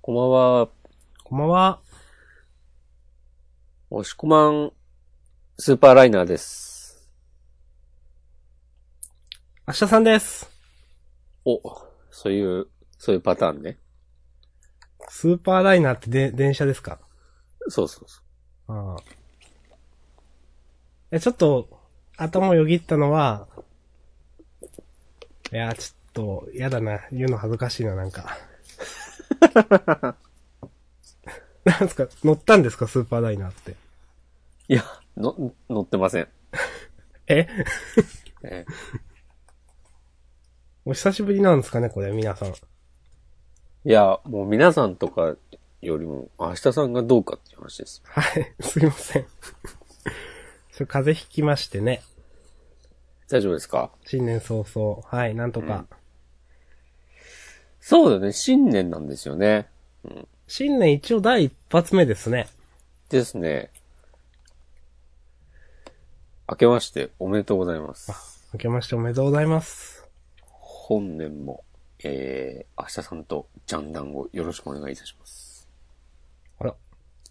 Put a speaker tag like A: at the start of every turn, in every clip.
A: こんばんは。
B: こんばんは。
A: おしこまん、スーパーライナーです。
B: 明日さんです。
A: お、そういう、そういうパターンね。
B: スーパーライナーってで電車ですか
A: そうそうそ
B: ああ。え、ちょっと、頭をよぎったのは、いや、ちょっと、やだな。言うの恥ずかしいな、なんか。 なんですか乗ったんですかスーパーライナーって。
A: う。いや、の、乗ってません。
B: え
A: ええ
B: お久しぶりなんですかねこれ、皆さん。
A: いや、もう皆さんとかよりも、明日さんがどうかっていう話です。
B: はい、すいません。ちょ風邪ひきましてね。
A: 大丈夫ですか
B: 新年早々。はい、なんとか。
A: そうだね、新年なんですよね。
B: 新年一応第一発目ですね。
A: ですね。明けましておめでとうございます。
B: 明けましておめでとうございます。
A: 本年も、えー、明日さんとジャンダンをよろしくお願いいたします。
B: あら。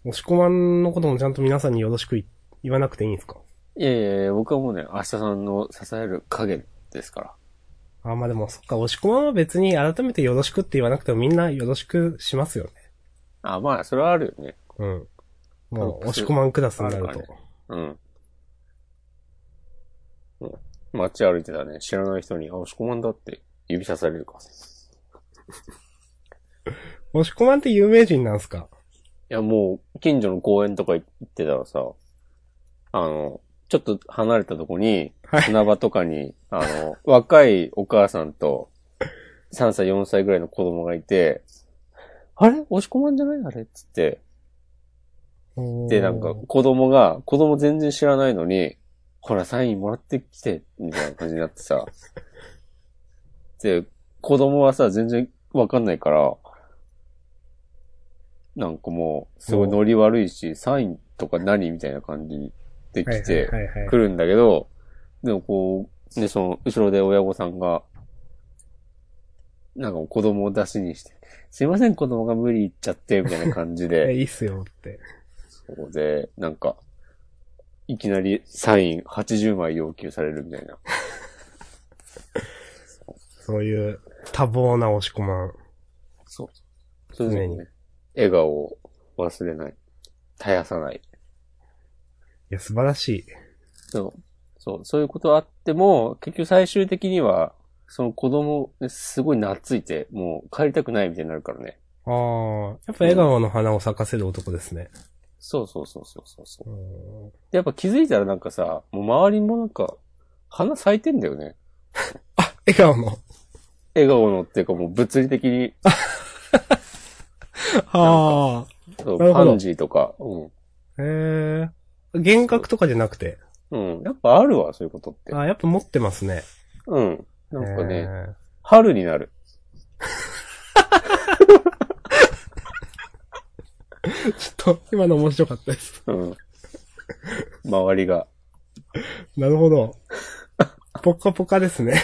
B: 押し込まんのこともちゃんと皆さんによろしくい言わなくていいんですか
A: いやいやいや、僕はもうね、明日さんの支える影ですから。
B: あ、まあでもそっか、押し込まんは別に改めてよろしくって言わなくてもみんなよろしくしますよね。
A: あ、まあ、それはあるよね。
B: うん。も
A: 軽
B: う、
A: く
B: 押し込まんクラスになる
A: ある
B: と。
A: からうん。うん街歩いてたね、知らない人に、あ、押し込まんだって指さされるか。い
B: 押し込まんって有名人なんすか
A: や、もう、近所の公園とか行ってたらさ、あの、ちょっと離れたとこに、
B: はい
A: 砂場とかに、あの、若いお母さんと、3歳、4歳ぐらいの子供がいて、あれ押し込まんじゃないあれっつって、で、なんか、子供が、子供全然知らないのに、ほら、サインもらってきて、みたいな感じになって さ。で、子供はさ、全然わかんないから、なんかもう、すごいノリ悪いし、サインとか何みたいな感じで
B: は
A: 来
B: いはい
A: て
B: は、いはい。
A: 来るんだけど、でもこう、ね、その、後ろで親御さんが、なんか子供を出しにして、すいません、子供が無理言っちゃって、みたいな感じで
B: え、。いいっすよって。
A: そこで、なんか、いきなりサイン80枚要求されるみたいな。
B: そういう、多忙な押し込まん。
A: そう。それでも
B: 常
A: ね、笑顔を忘れない。絶やさない。
B: いや、素晴らしい。
A: そう。そう、そういうことあっても、結局最終的には、その子供、ね、すごい懐いて、もう帰りたくないみたいになるからね。
B: ああ、やっぱ笑顔の花を咲かせる男ですね。
A: そうそうそうそうそうそう。
B: うん
A: でやっぱ気づいたらなんかさ、もう周りもなんか、花咲いてんだよね。
B: 笑顔の。
A: 笑顔のっていうかもう物理的に、
B: ああ。
A: そう
B: なるほ
A: パ
B: ど
A: ンジーとか、うん。
B: へえ。幻覚とかじゃなくて。
A: うん。やっぱあるわ、そういうことって。
B: あ、やっぱ持ってますね。
A: うん。なんかね、
B: え
A: 春になる。
B: ーちょっと、今の面白かったです。
A: うん。周りが。
B: なるほど。ポカポカですね。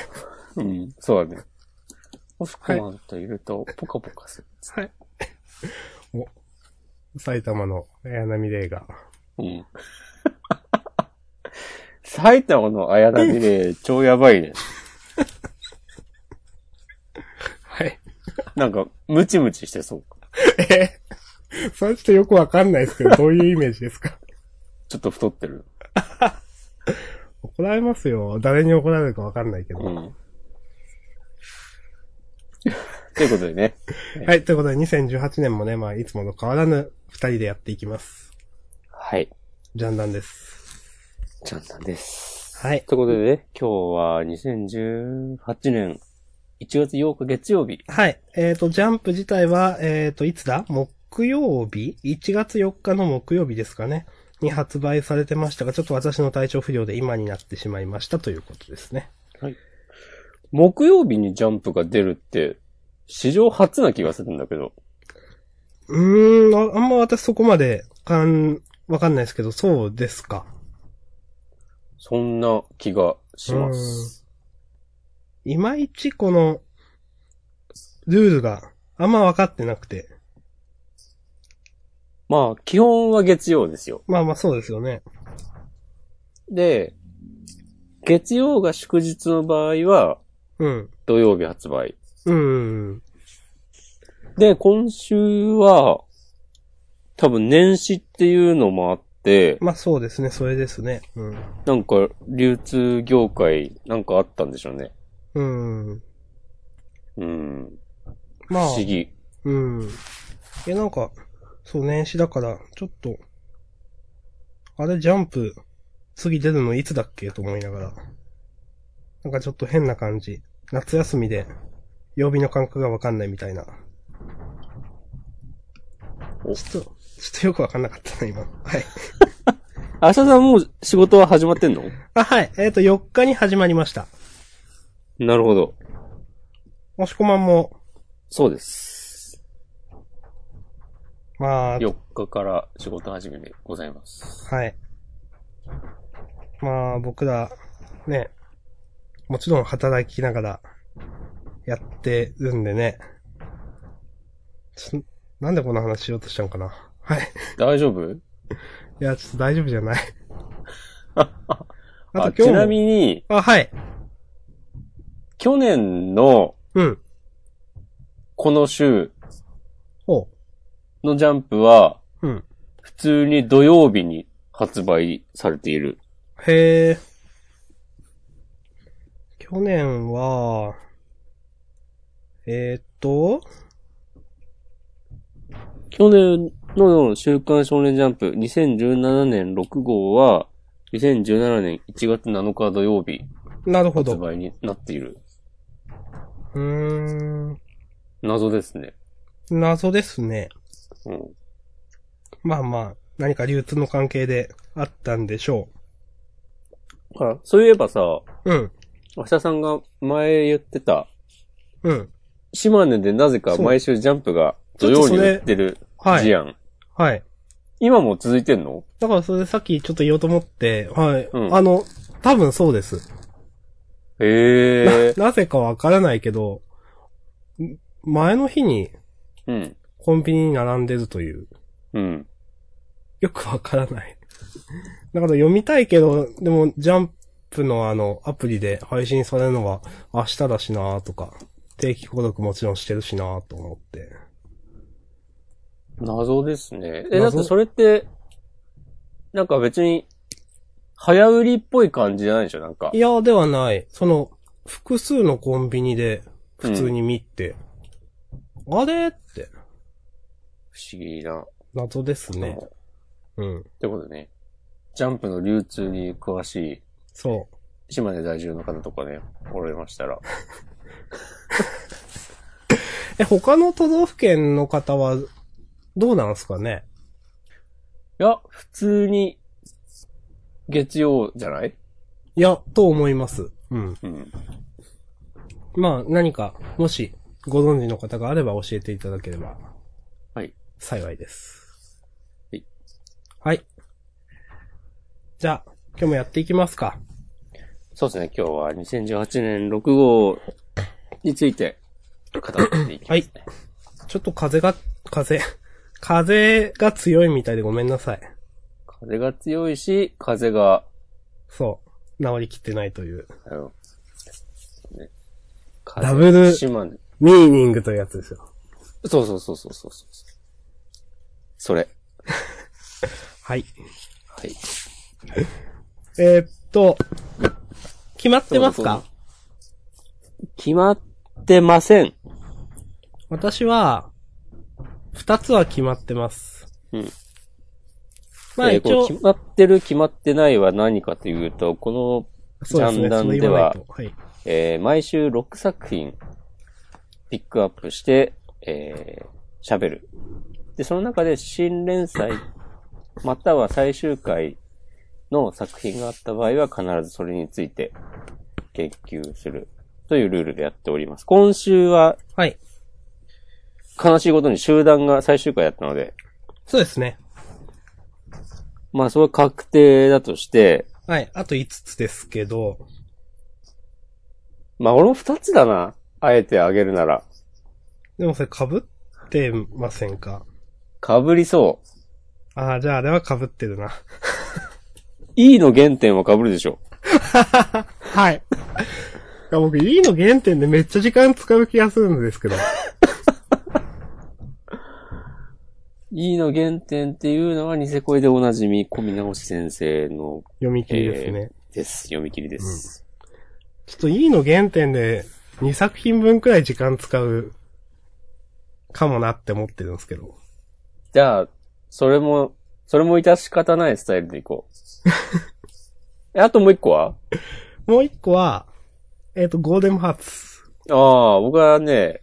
A: うん。そうだね。もしくは、といると、ポカポカする。
B: はい。お、埼玉の綾波レイが。
A: うん。埼玉の綾波レイ、超やばいね。
B: はい。
A: なんか、ムチムチしてそう。
B: えーそれちょっとよくわかんないですけど、どういうイメージですか
A: ちょっと太ってる。
B: 怒られますよ。誰に怒られるかわかんないけど。
A: うん。ということでね。
B: はい、ということで2018年もね、まあ、いつもの変わらぬ二人でやっていきます。
A: はい。
B: ジャンダンです。
A: ちゃんなんです。
B: はい。
A: ということでね、今日は2018年1月8日月曜日。
B: はい。えっ、と、ジャンプ自体は、えっ、と、いつだ木曜日 ?1 月4日の木曜日ですかね。に発売されてましたが、ちょっと私の体調不良で今になってしまいましたということですね。
A: 木曜日にジャンプが出るって、史上初な気がするんだけど。
B: うーん、ああんま私そこまで、かん、わかんないですけど、そうですか。
A: そんな気がします。
B: いまいちこの、ルールがあんまわかってなくて。
A: まあ、基本は月曜ですよ。
B: まあまあそうですよね。
A: で、月曜が祝日の場合は、
B: うん。
A: 土曜日発売。
B: うんうんうん。
A: で、今週は、多分年始っていうのもあって、
B: まあそうですね、それですね。うん。
A: なんか流通業界なんかあったんでしょうね。
B: うん。
A: うん。不
B: まあ、
A: 思議。
B: うん。いや、なんか、そう、年始だから、ちょっと、あれ、ジャンプ、次出るのいつだっけと思いながら。なんかちょっと変な感じ。夏休みで、曜日の感覚がわかんないみたいな。ちょ
A: お
B: っと、ちょっとよくわかんなかったな、今。はい。
A: 明日さんもう仕事は始まってんの
B: あ、はい。えっ、と、4日に始まりました。
A: なるほど。
B: もしこまんも、
A: そうです。
B: まあ、
A: 4日から仕事始めでございます。
B: はい。まあ、僕ら、ね、もちろん働きながら、やってるんでね。ちょなんでこんな話しようとしたんかな。はい。
A: 大丈夫
B: いや、ちょっと大丈夫じゃない。
A: あ
B: あと
A: ち
B: 今
A: な
B: 日も。
A: みに、
B: あ、はい。
A: 去年の
B: うん。
A: この週
B: ほ
A: のジャンプは、
B: う。うん。
A: 普通に土曜日に発売されている。
B: へえ。去年は、えー、っと、
A: 去年の週刊少年ジャンプ2017年6号は、2017年1月7日土曜日
B: なるほど。
A: 発
B: う
A: 売になっている。
B: ーん。
A: 謎ですね。
B: 謎ですね。
A: うん。
B: まあまあ、何か流通の関係であったんでしょ
A: あそういえばさ、
B: う。うん。
A: 明日さんが前言ってた、
B: うん。
A: 島根でなぜか毎週ジャンプが土曜に売ってる
B: はい。
A: 事案。
B: はい。
A: 今も続いてんの
B: だからそれさっきちょっと言おうと思って、はい。
A: うん
B: あの、多分そうです。
A: へえ。
B: なぜかわからないけど、ん前の日に
A: うん。
B: コンビニに並んでるという、
A: うん。
B: よくわからない。だから読みたいけど、でもジャンプのあの、アプリで配信されるのは明日だしなーとか、定期購読もちろんしてるしなーと思って。
A: 謎ですね。え、だっ
B: 謎
A: てそれって、なんか別に、早売りっぽい感じじゃないでしょなんか
B: い。や、ではない。その、複数のコンビニで普通に見て、あれって、
A: 不思議な。
B: 謎ですね。うん。
A: ってことね。ジャンプの流通に詳し
B: そ
A: い、島根在住の方とかね、おられま したら。
B: う。え、他の都道府県の方は、どうなんすかね
A: いや、普通に、月曜じゃない
B: いや、と思います。うん。
A: うん。
B: まあ、何か、もし、ご存知の方があれば教えていただければ。
A: はい。
B: 幸いです。
A: はい。
B: はい。じゃあ、今日もやっていきますか。
A: そうですね、今日は2018年6号について語っていきますね。
B: ちょっと風が、風、 風が強いみたいでごめんなさい。
A: 風が強いし、風が、
B: そう。治りきってないという。
A: あの、ね
B: ダブル
A: 島根
B: ミーニングというやつですよ。
A: そうそうそうそうそうそう。それ。
B: はい。
A: はい。
B: えーっと、決まってますか
A: 決まってません。
B: 私は、二つは決まってます。
A: うん。
B: まあ
A: えー
B: 一
A: こう
B: 応、
A: 決まってる決まってないは何かというと、このジ
B: そうです
A: ャン
B: ね、
A: ダ
B: そ
A: ン
B: れ
A: で
B: 言わ
A: は
B: ない、と。はい。
A: えー毎週6作品ピックアップして、えー喋る。で、その中で新連載、または最終回の作品があった場合は必ずそれについて研究するというルールでやっております。今週は
B: はい。
A: 悲しいことに集団が最終回だったので、
B: そうですね。
A: まあそれは確定だとして、
B: はい。あと五つですけど、
A: まあ俺も二つだな。あえてあげるなら。
B: でもそれ被ってませんか
A: 被りそ
B: ああ、じゃああれは被ってるな。
A: E の原点は被るでしょ。
B: はい。いや僕、E の原点でめっちゃ時間使う気がするんですけど。
A: E の原点っていうのはニセ恋でおなじみ、小見直し先生の
B: 読み切りですね。
A: です。読み切りです。
B: ちょっと E の原点で2作品分くらい時間使うかもなって思ってるんですけど。
A: じゃあ、それも、それも致し方ないスタイルでいこ う。え、あともう一個は
B: もう一個は、えっ、と、ゴーデムハーツ。
A: ああ、僕はね、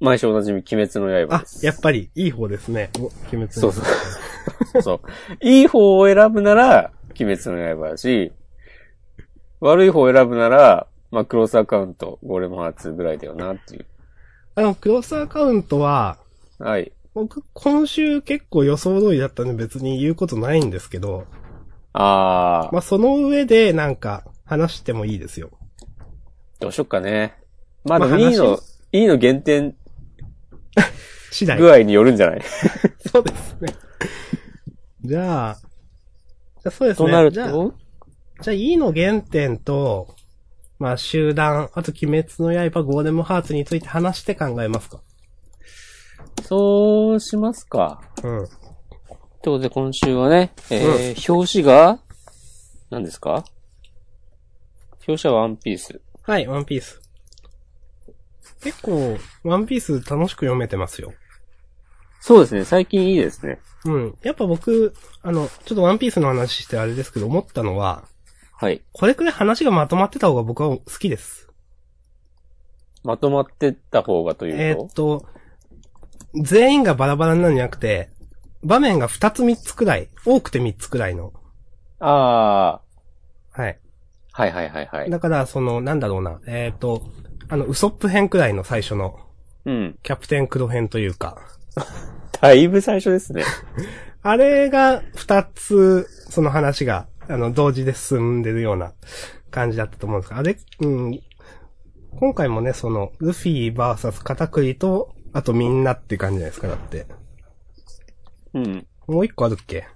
A: 毎週おなじみ、鬼滅の刃
B: あ
A: で、す。
B: やっぱりいい方ですね。お、鬼滅の刃
A: そうそう。そうそう。いい方を選ぶなら、鬼滅の刃だし、悪い方を選ぶなら、まあ、クロスアカウント、ゴーレムハーツぐらいだよな、っていう。
B: あの、クロスアカウントは、
A: はい。
B: 僕、今週結構予想通りだったんで別に言うことないんですけど、
A: ああ、
B: まあ、その上でなんか話してもいいですよ。
A: どうしよっかね。まあ、
B: ま
A: で
B: あ
A: も E
B: 話
A: の、E の減点
B: 次第。
A: 具合によるんじゃない、
B: そうですね。じゃあ、じゃあそうです
A: と
B: ね。
A: なる
B: じゃあ
A: と、
B: じゃあ、E の原点と、まあ、集団、あと、鬼滅の刃、ゴーデムハーツについて話して考えますか。
A: そうしますか。
B: う
A: とい
B: ん。
A: うことで今週はね、えー表紙が、何ですか表紙はワンピース。
B: はい、ワンピース。結構、ワンピース楽しく読めてますよ。
A: そうですね、最近いいですね。
B: うん。やっぱ僕、あの、ちょっとワンピースの話してあれですけど、思ったのは、
A: はい。
B: これくらい話がまとまってた方が僕は好きです。
A: まとまってった方がというと。
B: えーっと、全員がバラバラになるんじゃなくて、場面が2つ3つくらい、多くて3つくらいの。
A: あ
B: はい。
A: あ、はいはいはいはい。
B: だから、その、なんだろうな、えっ、と、あの、ウソップ編くらいの最初の、
A: うん。
B: キャプテンクロ編というか、
A: だいぶ最初です ね。
B: あれが二つ、その話が、あの、同時で進んでるような感じだったと思うんですが、あれ、うん、今回もね、その、ルフィバーサスカタクリと、あとみんなっていう感じじゃないですか、だって。
A: うん。
B: もう一個あるっけ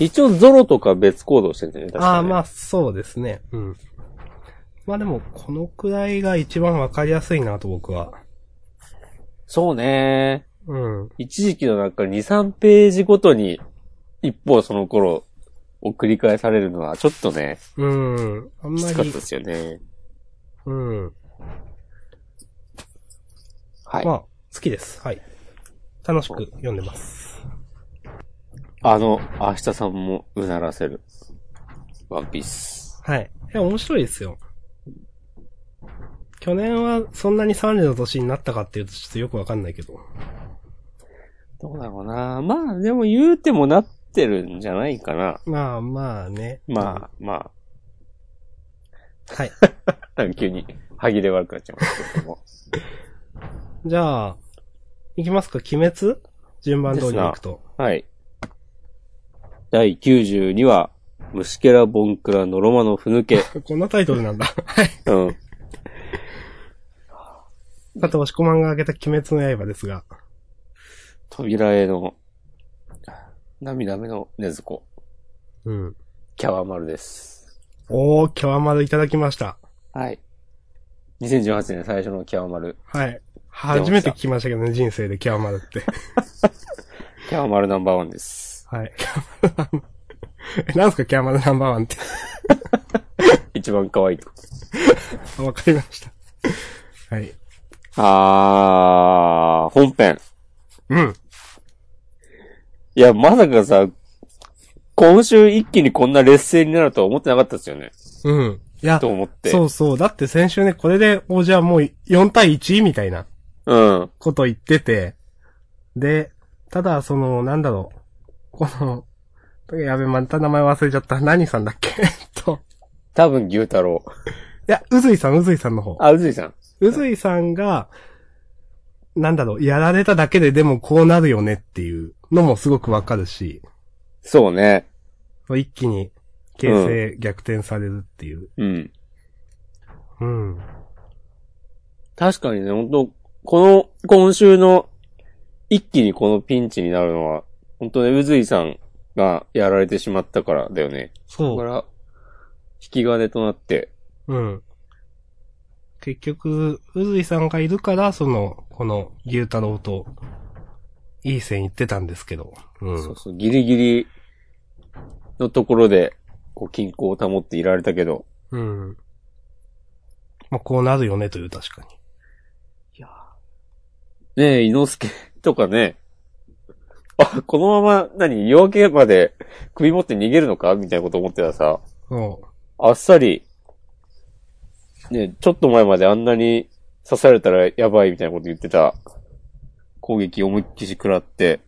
A: 一応ゾロとか別行動してるんだよね、確かに。
B: ああ、まあ、そうですね。うん。まあでも、このくらいが一番わかりやすいなと僕は。
A: そうね。
B: うん。
A: 一時期のなんか2、3ページごとに、一方その頃を繰り返されるのは、ちょっとね、
B: うん。あん
A: き
B: ま
A: つかった
B: り
A: で、すよね。
B: うん。
A: はい。
B: まあ、好きです。はい。楽しく読んでます。
A: あの、明日さんもうならせる。ワンピース。
B: はい。いや、面白いですよ。去年はそんなに30の年になったかっていうとちょっとよくわかんないけど。
A: どうだろうな。まあ、でも言うてもなってるんじゃないかな。
B: まあまあね。
A: まあ、ま
B: あ。はい。
A: あ、なんか急に歯切れ悪くなっちゃいますけども。
B: じゃあ、いきますか、鬼滅順番通りに行くと。
A: はい。第92話、虫けらボンクラのロマのふぬけ。
B: こんなタイトルなんだ。はい。
A: うん。
B: さて、押し込まんが挙げた鬼滅の刃ですが。
A: 扉への、涙目のねずこ、
B: うん。
A: キャワマルです。
B: おー、キャワマルいただきました。
A: はい。2018年最初のキャワマル。
B: はい。初めて聞きましたけどね、人生でキャワマル って。
A: キャワマルナンバーワンです。
B: はい。 キャマルナンバーえ、なんすかキャマルナンバーワンって。
A: 一番可愛いと。
B: あわかりました。はい。
A: あー、本編。
B: うん。
A: いや、まさかさ、今週一気にこんな劣勢になるとは思ってなかったですよね。
B: うん。いや
A: と、思って。
B: そうそう。だって先週ね、これで、お、じゃあもう4対1みたいな
A: うん。
B: こと言ってて、で、ただ、その、なんだろう。この、やべ、また名前忘れちゃった。何さんだっけ えっと。
A: 多分牛太郎。
B: いや、うずいさん、うずいさんの方。
A: あ、うずいさん。
B: うずいさんが、なんだろう、やられただけででもこうなるよねっていうのもすごくわかるし。
A: そうね。
B: 一気に形勢逆転されるっていう。
A: うん。
B: うん。
A: 確かにね、本当この、今週の一気にこのピンチになるのは、本当ね、うずいさんがやられてしまったからだよね。だ
B: そ
A: か
B: う。
A: ら、引き金となって、
B: うん。結局、うずいさんがいるから、その、この、牛太郎と、いい線いってたんですけど。うん。
A: そうそう、ギリギリのところで、こう、均衡を保っていられたけど、
B: うん。まあ、こうなるよね、という確かに。
A: ねえ、伊之助とかね、あ、このまま、何、夜明けまで首持って逃げるのかみたいなこと思ってたらさ、
B: そ
A: あっさり、ね、ちょっと前まであんなに刺されたらやばいみたいなこと言ってた攻撃思いっきり食らって、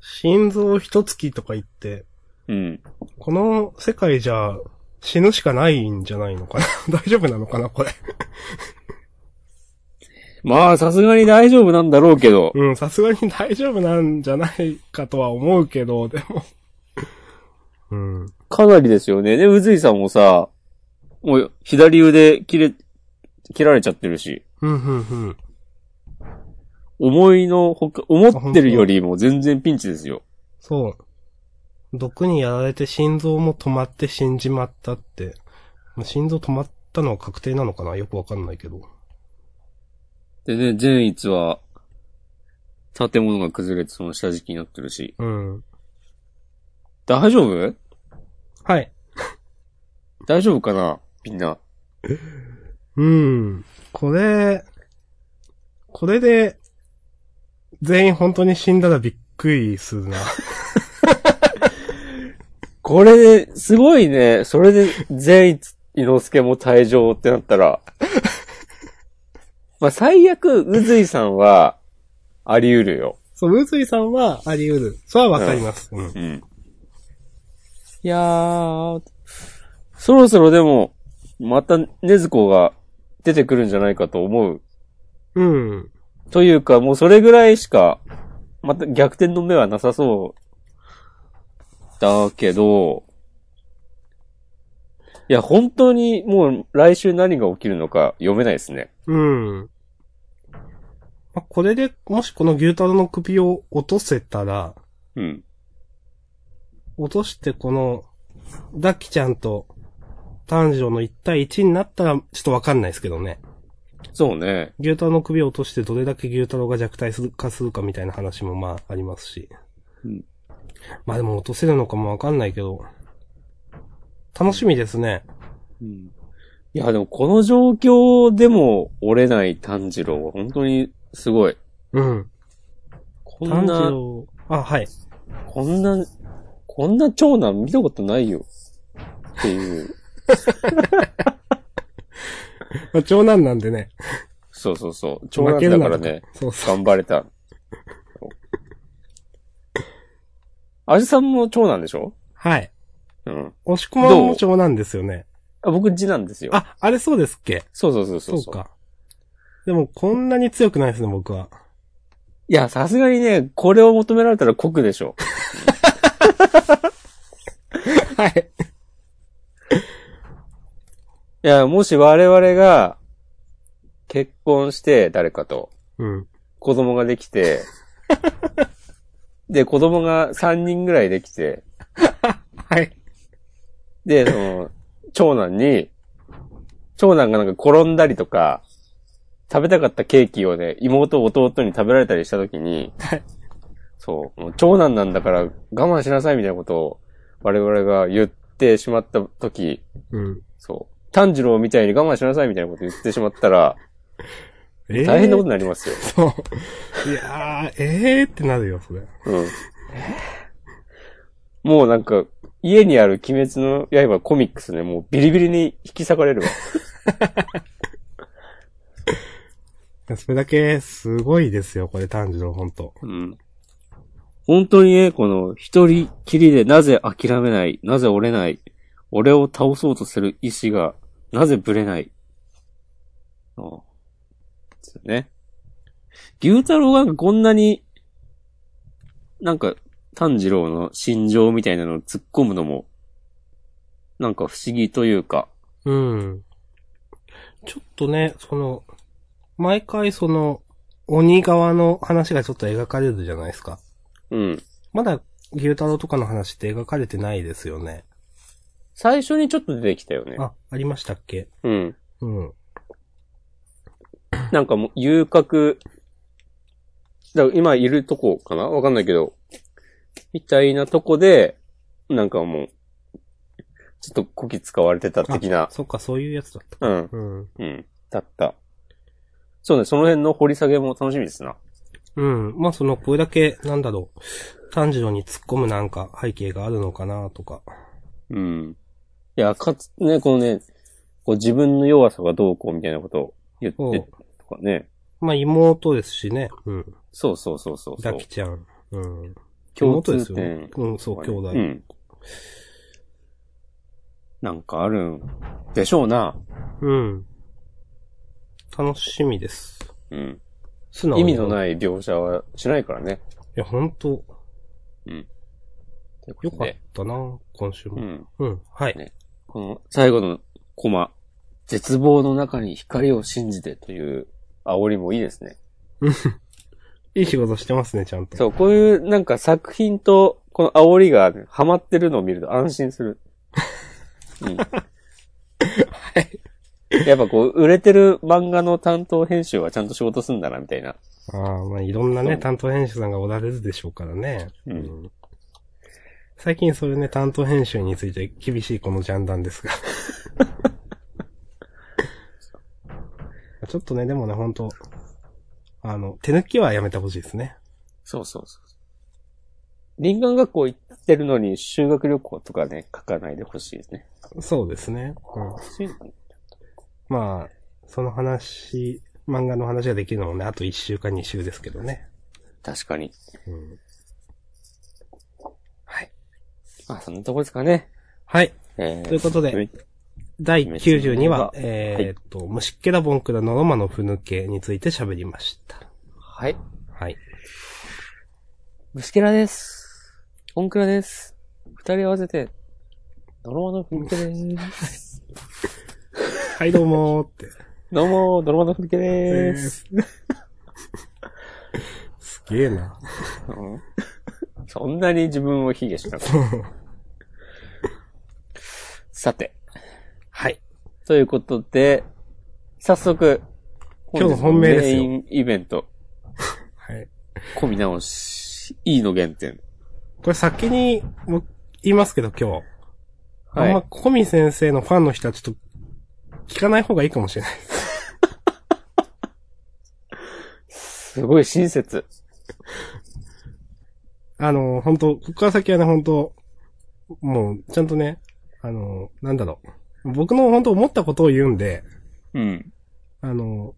B: う。心臓一月とか言って、
A: うん。
B: この世界じゃ死ぬしかないんじゃないのかな 大丈夫なのかなこれ。
A: まあ、さすがに大丈夫なんだろうけど、
B: うん、さすがに大丈夫なんじゃないかとは思うけど、でも。うん。
A: かなりですよね。で、うずいさんもさ、もう左腕切れ、切られちゃってるし、
B: うん、うん、うん。
A: 思いのほか、思ってるよりも全然ピンチですよ。
B: そう。毒にやられて心臓も止まって死んじまったって。もう心臓止まったのは確定なのかなよくわかんないけど。
A: でね、善逸は、建物が崩れてその下敷きになってるし。
B: うん。
A: 大丈夫
B: はい。
A: 大丈夫かなみんな。
B: うん。これ、これで、全員本当に死んだらびっくりするな。
A: これで、すごいね。それで、善逸、伊之助も退場ってなったら。まあ、最悪、うずいさんは、あり得るよ。
B: そう、宇津井さんはあり得る。それはわかります。うん。
A: うん。いやー、そろそろでも、また、ねずこが出てくるんじゃないかと思う。
B: うん。
A: というか、もうそれぐらいしか、また逆転の目はなさそう。だけど、いや、本当にもう来週何が起きるのか読めないですね。
B: うん。まあ、これで、もしこの牛太郎の首を落とせたら、
A: うん。
B: 落としてこの、ダッキちゃんと、炭治郎の1対1になったら、ちょっとわかんないですけどね。
A: そうね。
B: 牛太郎の首を落としてどれだけ牛太郎が弱体するかするかみたいな話もまあありますし。
A: うん
B: まあでも落とせるのかもわかんないけど、楽しみですね。
A: いや、でもこの状況でも折れない炭治郎は本当にすごい。
B: うん。
A: こん
B: 炭治
A: な、
B: 郎、あ、はい。
A: こんな、こんな長男見たことないよ。っていう。
B: まあ長男なんでね。
A: そうそうそう。長
B: 負ける
A: 男だ
B: な
A: から
B: と
A: ね。。
B: そうそう。
A: 頑張れた。あじさんも長男でしょ
B: はい。
A: うん。
B: 押し込まんも長男ですよね。
A: あ僕次男ですよ。
B: あ、あれそうですっけ
A: そうそうそうそ。
B: そううか。でもこんなに強くないですね、僕は。
A: いや、さすがにね、これを求められたら酷でしょ。
B: はい。
A: いや、もし我々が結婚して誰かと
B: うん。
A: 子供ができ て、で、子供が3人ぐらいできて、
B: はい。
A: で、その、長男に、長男がなんか転んだりとか、食べたかったケーキをね、妹、弟に食べられたりしたときに、
B: はい
A: そう、もう長男なんだから我慢しなさいみたいなことを我々が言ってしまったとき、
B: うん。
A: そう、炭治郎みたいに我慢しなさいみたいなこと言ってしまったら、
B: えー
A: 大変なことになりますよ。
B: そう。いやー、えーってなるよ、それ。
A: うん。もうなんか、家にある鬼滅の刃コミックスね、もうビリビリに引き裂かれるわ。
B: それだけ、すごいですよ、これ、炭治郎、ほんと。
A: うん。本当にね、この、一人きりでなぜ諦めない、なぜ折れない、俺を倒そうとする意志が、なぜぶれない。ああ。ですよね。牛太郎がなんかこんなに、なんか、炭治郎の心情みたいなのを突っ込むのも、なんか不思議というか、
B: うん。ちょっとね、その、毎回その、鬼側の話がちょっと描かれるじゃないですか。
A: うん。
B: まだ、牛太郎とかの話って描かれてないですよね。
A: 最初にちょっと出てきたよね。
B: あ、ありましたっけ
A: うん。
B: うん。
A: なんかもう、遊郭、だから今いるとこかなわかんないけど、みたいなとこで、なんかもう、ちょっとこき使われてた的な、
B: そっか、そういうやつだった。
A: うん、
B: うん。
A: うん、だった。そうね、その辺の掘り下げも楽しみですな。
B: うん。まあ、その、これだけ、なんだろう。炭治郎に突っ込むなんか背景があるのかなとか。
A: うん。いや、かつ、ね、このね、こう自分の弱さがどうこうみたいなことを言って
B: そう
A: とかね。
B: まあ、妹ですしね。うん。
A: そうそうそうそうそ
B: ダ
A: う。
B: キちゃん。うん。
A: 共
B: 妹で
A: 通
B: すよね
A: 点。
B: うん、そう、兄弟。
A: うん。なんかあるんでしょうな。
B: うん。楽しみです。
A: うん。
B: 素直
A: 意味の
B: い。い
A: ない描写はしないからね。
B: や、本当
A: というこ
B: よ
A: と
B: かっ
A: で
B: たな、今週
A: う
B: も。
A: ん。
B: うん、はい
A: ね。この最後のコマ、絶望の中に光を信じてという煽りもいいですね。
B: いい仕事してますね、ちゃんと。
A: そう、こういうなんか作品とこの煽りが、ね、ハマってるのを見ると安心す る。うん。やっぱこう、売れてる漫画の担当編集はちゃんと仕事すんだな、みたいな。
B: ああ、まあいろんな
A: そ
B: ね、
A: う
B: 担当編集さんがおられるでしょうからね。
A: うん
B: ん最近そういうね、担当編集について厳しいこのジャンダンで すが。ちょっとね、でもね、本当あの、手抜きはやめてほしいですね。
A: そうそうそう。林間学校行ってるのに修学旅行とかね、書かないでほしいですね。
B: そうですね。うん
A: そういうの
B: まあ、その話、漫画の話ができるのもね、あと1週か2週ですけどね。
A: 確かに。
B: うん
A: はい。まあ、そんなとこですかね。
B: はい。
A: えー、
B: ということで
A: はい
B: 第92話、
A: はい
B: えーっと、虫っけらぼんくらのロマのふぬけについて喋りました。
A: はい。
B: はい。
A: ムスケラです。オンクラです。二人合わせて、ドロマのふぬけ です。
B: はい、どうもーって。
A: どうも、ドロマのふぬけ
B: え
A: です。
B: ー、すげえ な。
A: うんそんなに自分を卑下しなくて。さて。
B: はい。
A: ということで、早速、
B: 今日の本命です
A: メ
B: よ
A: インイベント、
B: はい。
A: 込み直し、E の原点。
B: これ先に、も言いますけど今日。
A: は
B: あん
A: い
B: ま、。コミ先生のファンの人はちょっと、聞かない方がいいかもしれない。
A: すごい親切。
B: あの、本当ここから先はね、本当もう、ちゃんとね、あの、なんだろう。僕の本当思ったことを言うんで、
A: うん。
B: あの、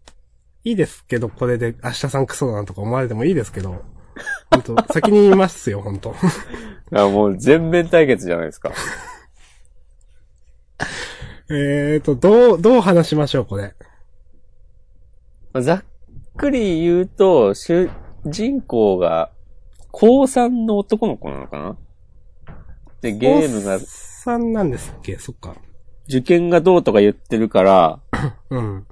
B: いいですけど、これで明日さんクソだなとか思われてもいいですけど、本当先に言いますよ、 本当
A: あもう全面対決じゃないですか。
B: えーと、どう、どう話しましょう、これ。
A: ざっくり言うと、主人公が、高3の男の子なのかなで、ゲーム
B: お
A: が
B: っ、さんなんですっけそっか。
A: 受験がどうとか言ってるから、
B: うん。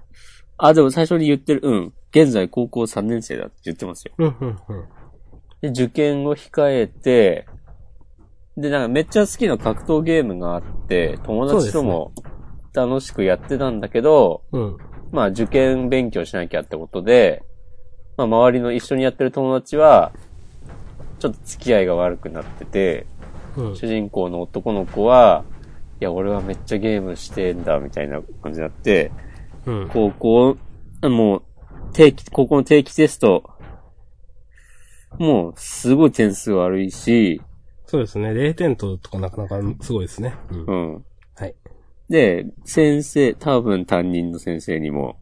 A: あ、でも最初に言ってる、うん。現在高校3年生だって言ってますよ。
B: うん、うん、うん。
A: で、受験を控えて、で、なんかめっちゃ好きな格闘ゲームがあって、友達とも楽しくやってたんだけど、
B: うん。
A: まあ受験勉強しなきゃってことで、まあ周りの一緒にやってる友達は、ちょっと付き合いが悪くなってて、
B: うん。
A: 主人公の男の子は、いや、俺はめっちゃゲームしてんだ、みたいな感じになって、
B: うん。
A: 高校、あもう、定期、高校の定期テスト、もう、すごい点数悪いし、
B: そうですね。0点取るとかなかなかすごいですね。うん
A: う。ん。
B: はい。
A: で、先生、多分担任の先生にも、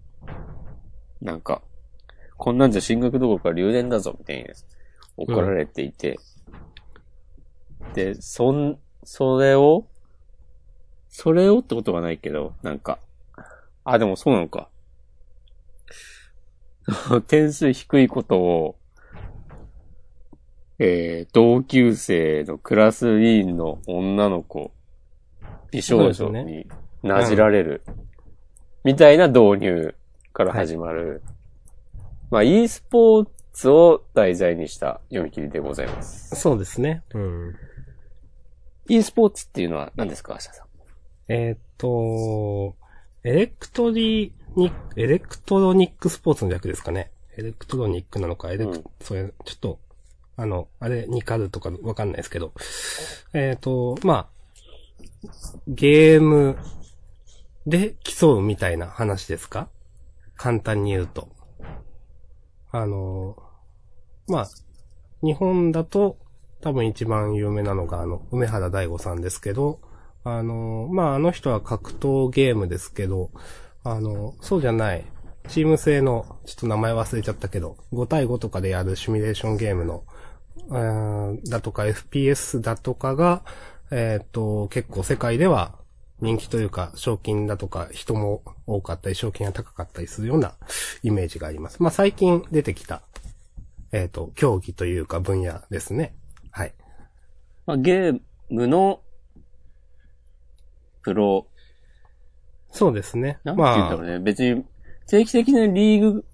A: なんか、こんなんじゃ進学どころか留年だぞ、みたいな、怒られていて。で、そん、それを、それをってことはないけど、なんか、あ、でもそうなのか。 点数低いことを、えー、同級生のクラス委員の女の子、美少
B: そ
A: 女
B: うですよ
A: になじられる、みたいな導入から始まるまあ、e スポーツを題材にした読み切りでございます。
B: そうですね。うん。
A: e スポーツっていうのは何ですか、アシャさん。
B: えーっと、エレクトリニエレクトロニックスポーツの略ですかね。エレクトロニックなのか、エレク、
A: うん
B: それ、ちょっと、あの、あれ、ニカルとかわかんないですけど。えーっと、まあ、ゲームで競うみたいな話ですか簡単に言うと。あの、まあ、日本だと、多分一番有名なのが、あの、梅原大吾さんですけど、あの、まあ、あの人は格闘ゲームですけど、あの、そうじゃない、チーム制の、ちょっと名前忘れちゃったけど、5対5とかでやるシミュレーションゲームの、うーんだとか FPS だとかが、えっ、と、結構世界では人気というか、賞金だとか人も多かったり、賞金が高かったりするようなイメージがあります。まあ、最近出てきた、えっ、と、競技というか分野ですね。はい。
A: まあ、ゲームの、プロ、
B: そうですね。
A: なんて言うんだろうね。別に、定期的なリーグ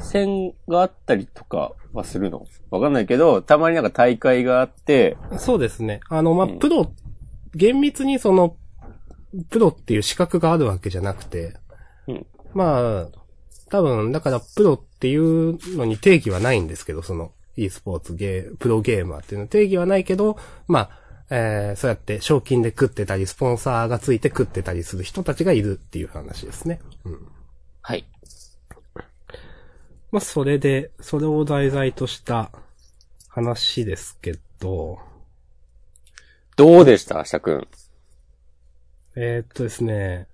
A: 戦があったりとかはするのわかんないけど、たまになんか大会があって、
B: そうですね。あの、まあ、
A: うん
B: プロ、厳密にその、プロっていう資格があるわけじゃなくて、
A: うん
B: まあ、多分、だからプロっていうのに定義はないんですけど、その、e スポーツゲー、プロゲーマーっていうのは定義はないけど、まあ、えー、そうやって賞金で食ってたり、スポンサーがついて食ってたりする人たちがいるっていう話ですね。うん。
A: はい。
B: まあ、それで、それを題材とした話ですけど、
A: どうでした、アシャくん。
B: えーっとですね。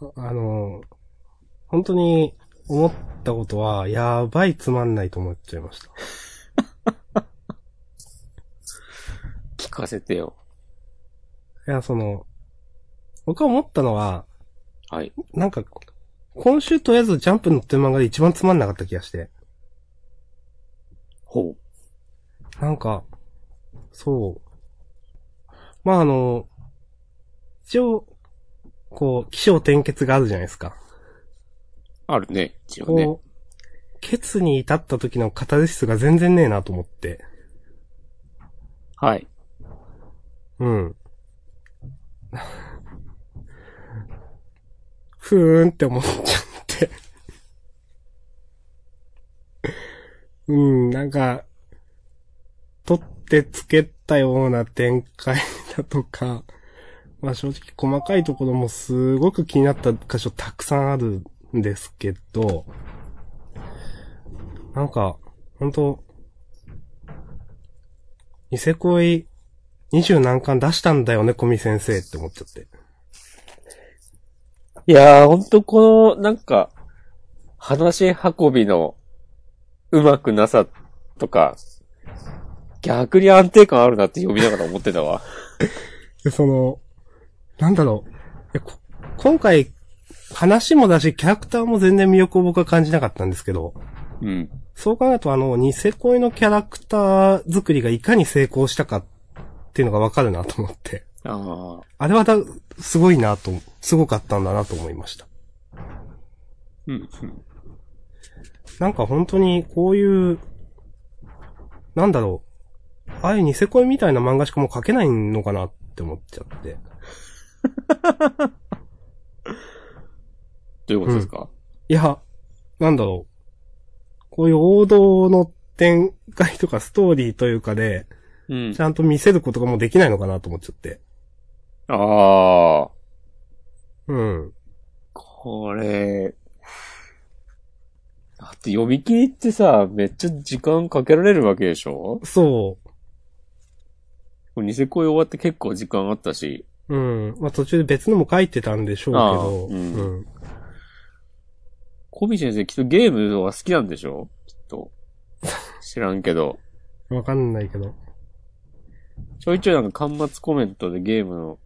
B: ああの、本当に思ったことは、やばいつまんないと思っちゃいました。
A: 聞かせてよ。
B: いや、その、僕は思ったのは、
A: はい。
B: なんか、今週とりあえずジャンプのってる漫画で一番つまんなかった気がして。
A: ほう。
B: なんか、そう。まあ、あの、一応、こう、気象転結があるじゃないですか。
A: あるね、一応ね。
B: こう、ケツに至った時のカタルシスが全然ねえなと思って。
A: はい。
B: うん。ふーんって思っちゃって。うん、なんか、取ってつけたような展開だとか、まあ正直細かいところもすごく気になった箇所たくさんあるんですけど、なんか、ほんと、ニセ恋二十何巻出したんだよね、コミ先生って思っちゃって。
A: いやー、ほんとこの、なんか、話運びの、うまくなさとか、逆に安定感あるなって読みながら思ってたわ。
B: で、その、なんだろう。えこ今回、話もだし、キャラクターも全然魅力を僕は感じなかったんですけど、
A: うん。
B: そう考えると、あの、ニセ恋のキャラクター作りがいかに成功したかっていうのがわかるなと思って。
A: ああ。
B: あれはだ、すごいなと、すごかったんだなと思いました。
A: うん。
B: なんか本当にこういう、なんだろう。ああいうニセ恋みたいな漫画しかもう描けないのかなって思っちゃって。
A: どういうことですか、
B: いや、なんだろう。こういう王道の展開とかストーリーというかで、
A: うん、
B: ちゃんと見せることがもうできないのかなと思っちゃって。
A: ああ。
B: うん。
A: これ、だって読み切りってさ、めっちゃ時間かけられるわけでしょ
B: そ
A: ニセ恋終わって結構時間あったし。
B: う。うん。まあ、途中で別のも書いてたんでしょうけ
A: ああ
B: ど、
A: うん
B: ん。
A: コビ先生きっとゲームは好きなんでしょきっと。知らんけど。
B: わかんないけど。
A: ちょいちょいなんか端末コメントでゲームの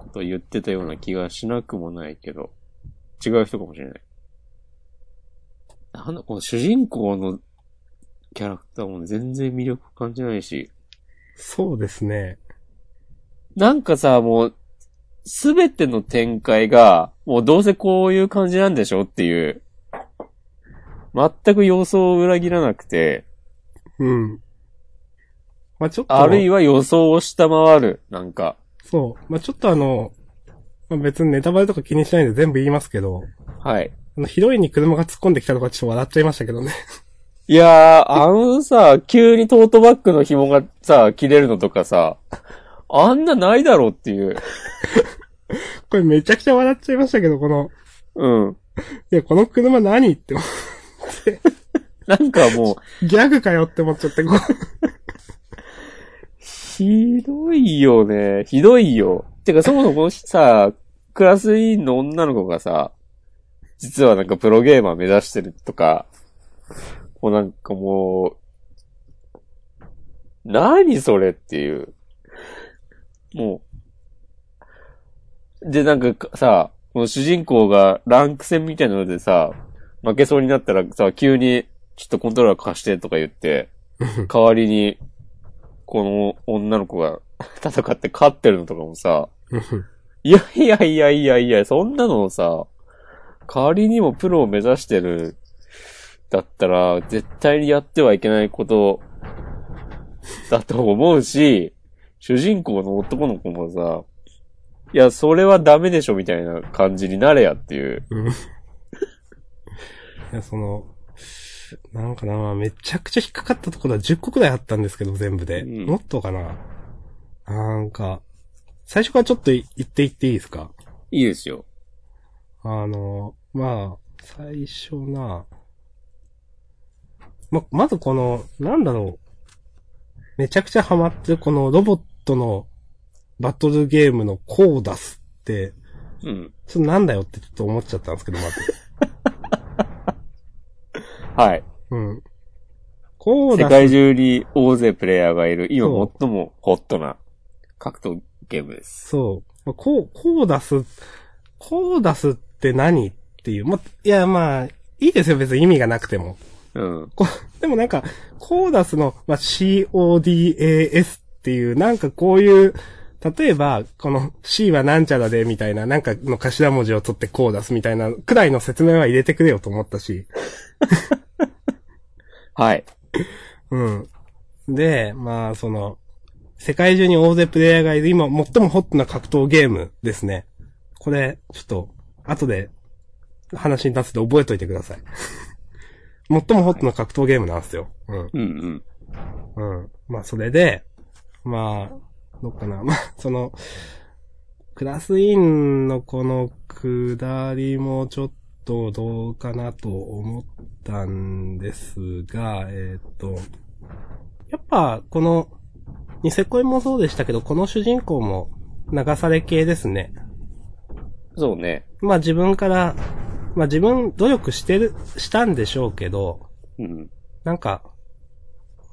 A: ことを言ってたような気がしなくもないけど、違う人かもしれない。なんだ、この主人公のキャラクターも全然魅力感じないし、
B: そうですね。
A: なんかさ、もう、すべての展開が、もうどうせこういう感じなんでしょっていう、全く予想を裏切らなくて、
B: うん。まあちょっと、
A: あるいは予想を下回る、なんか。
B: そう。まあちょっとあの、まあ、別にネタバレとか気にしないんで全部言いますけど、
A: はい。
B: あの、ヒロインに車が突っ込んできたとかちょっと笑っちゃいましたけどね。
A: いやー、あのさ、急にトートバッグの紐がさ、切れるのとかさ、あんなないだろうっていう。
B: これめちゃくちゃ笑っちゃいましたけど、この、
A: うん。
B: いや、この車何って、
A: なんかもう、
B: ギャグかよって思っちゃって、こう
A: ひどいよね。ひどいよ。てか、そもそもこのさ、クラス委員の女の子がさ、実はなんかプロゲーマー目指してるとか、もうなんかもう、何それっていう。もう。で、なんかさ、この主人公がランク戦みたいなのでさ、負けそうになったらさ、急に、ちょっとコントローラー貸してとか言って、代わりに、この女の子が 戦って勝ってるのとかもさ、いやいやいやいやいや、そんなのをさ、代わりにもプロを目指してる、だったら、絶対にやってはいけないこと、だと思うし、主人公の男の子もさ、いや、それはダメでしょ、みたいな感じになれやっていう。
B: うん。いや、その、なんかな、めちゃくちゃ引っかかったところは10個くらいあったんですけど、全部で。
A: うん
B: もっとかな。なんか、最初からちょっとい言っていっていいですか
A: いいですよ。
B: あの、まあ、最初な、ま、まずこの、なんだろう。めちゃくちゃハマってるこのロボットのバトルゲームのコーダスって、
A: うん。
B: ちょっとなんだよってちょっと思っちゃったんですけど、ま ず。
A: はい。
B: うん。コー
A: 世
B: ダス、
A: 界中に大勢プレイヤーがいる、今
B: そう
A: 最もホットな格闘ゲームです。
B: そう。まあコー、コーダス、コーダスって何っていう。ま、いや、まあ、いいですよ、別に意味がなくても。
A: うん。
B: こでもなんか、コーダスの、まあ、CODAS っていう、なんかこういう、例えば、この C はなんちゃらで、みたいな、なんかの頭文字を取ってコーダスみたいな、くらいの説明は入れてくれよと思ったし。
A: はい。
B: うん。で、まあ、その、世界中に大勢プレイヤーがいる、今最もホットな格闘ゲームですね。これ、ちょっと、後で、話に立つで覚えといてください。 最もホットな格闘ゲームなんですよ。うん。
A: うんうん。
B: うん。まあ、それで、まあ、どっかな。 まあ、その、クラスインのこの下りもちょっとどうかなと思ったんですが、えっ、と、やっぱ、この、ニセ恋もそうでしたけど、この主人公も流され系ですね。
A: そうね。
B: まあ自分から、まあ自分努力してる、したんでしょうけど、
A: うん。
B: なんか、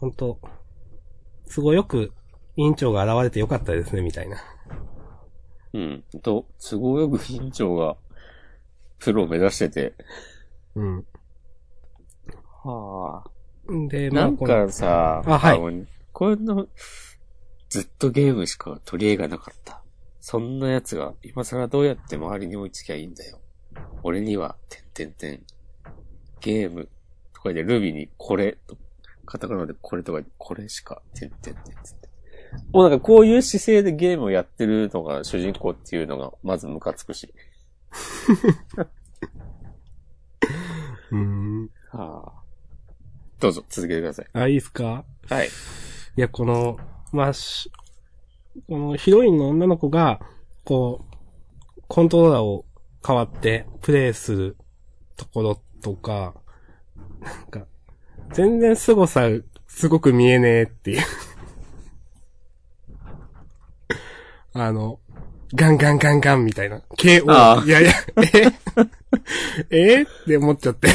B: ほんと、すごいよく、委員長が現れてよかったですね、みたいな。
A: うん。と、都合よく委員長が、プロを目指してて。
B: うん。
A: は
B: で、ま
A: な
B: あ、
A: ん
B: この
A: かさ、
B: あはい
A: のこんな、ずっとゲームしか取り柄がなかった。そんな奴が、今更どうやって周りに追いつきゃいいんだよ。俺には、てんてんてん。ゲーム、とかでルビーに、これ、と、カタカナでこれとか、これしか、てんてんてんつって。もうなんかこういう姿勢でゲームをやってるのが主人公っていうのが、まずムカつくし。
B: うーん。
A: はあ、どうぞ、続けてください。
B: あ、いいっすか
A: はい。
B: いや、この、まあ、しこのヒロインの女の子が、こう、コントローラーを変わってプレイするところとか、なんか、全然凄さ、すごく見えねえっていう。 あの、ガンガンガンガンみたいな。
A: あ
B: KO。
A: あ
B: いやいや、ええって思っちゃって。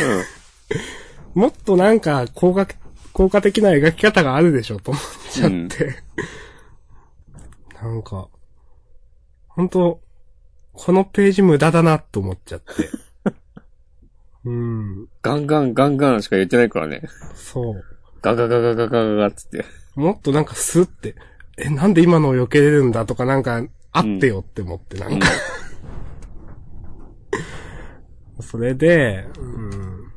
B: もっとなんか、効果、効果的な描き方があるでしょ、と思っ ちゃって。なんか、本当このページ無駄だな、と思っちゃ って。うん、
A: ガンガンガンガンしか言ってないからね。
B: そう。
A: ガガガガガガガガっつって。
B: もっとなんかスって、え、なんで今のを避けれるんだとかなんか、あってよって思って、なんか、 それで、うん。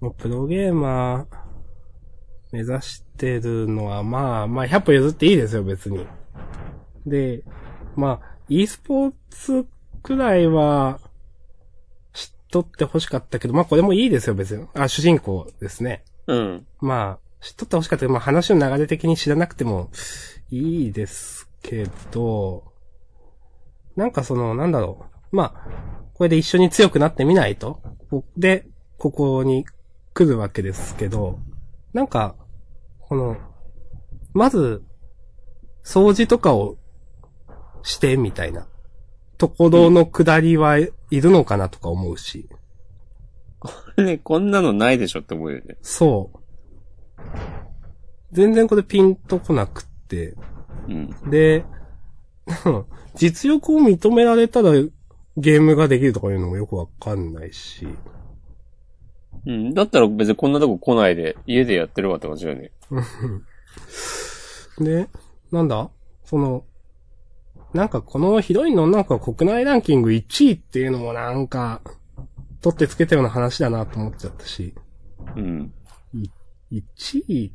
B: もうプロゲーマー目指してるのは、まあ、まあ、100歩譲っていいですよ、別に。で、まあ、e スポーツくらいは、知っとって欲しかったけど、まあ、これもいいですよ、別に。あ、主人公ですね。
A: うん。
B: まあ、知っとって欲しかったけど、まあ話の流れ的に知らなくてもいいですけど、なんかその、なんだろう。まあ、これで一緒に強くなってみないと。こで、ここに来るわけですけど、なんか、この、まず、掃除とかをしてみたいな、ところの下りはいるのかなとか思うし。
A: ね、こんなのないでしょって思うよね。
B: そう。全然これピンとこなくって。
A: うん。
B: で、 実力を認められたらゲームができるとかいうのもよくわかんないし。
A: うん。だったら別にこんなとこ来ないで、家でやってるわって感じだよね。
B: で、なんだその、なんかこのヒロインの女の子が国内ランキング1位っていうのもなんか、取ってつけたような話だなと思っちゃったし。
A: うん。
B: 1位、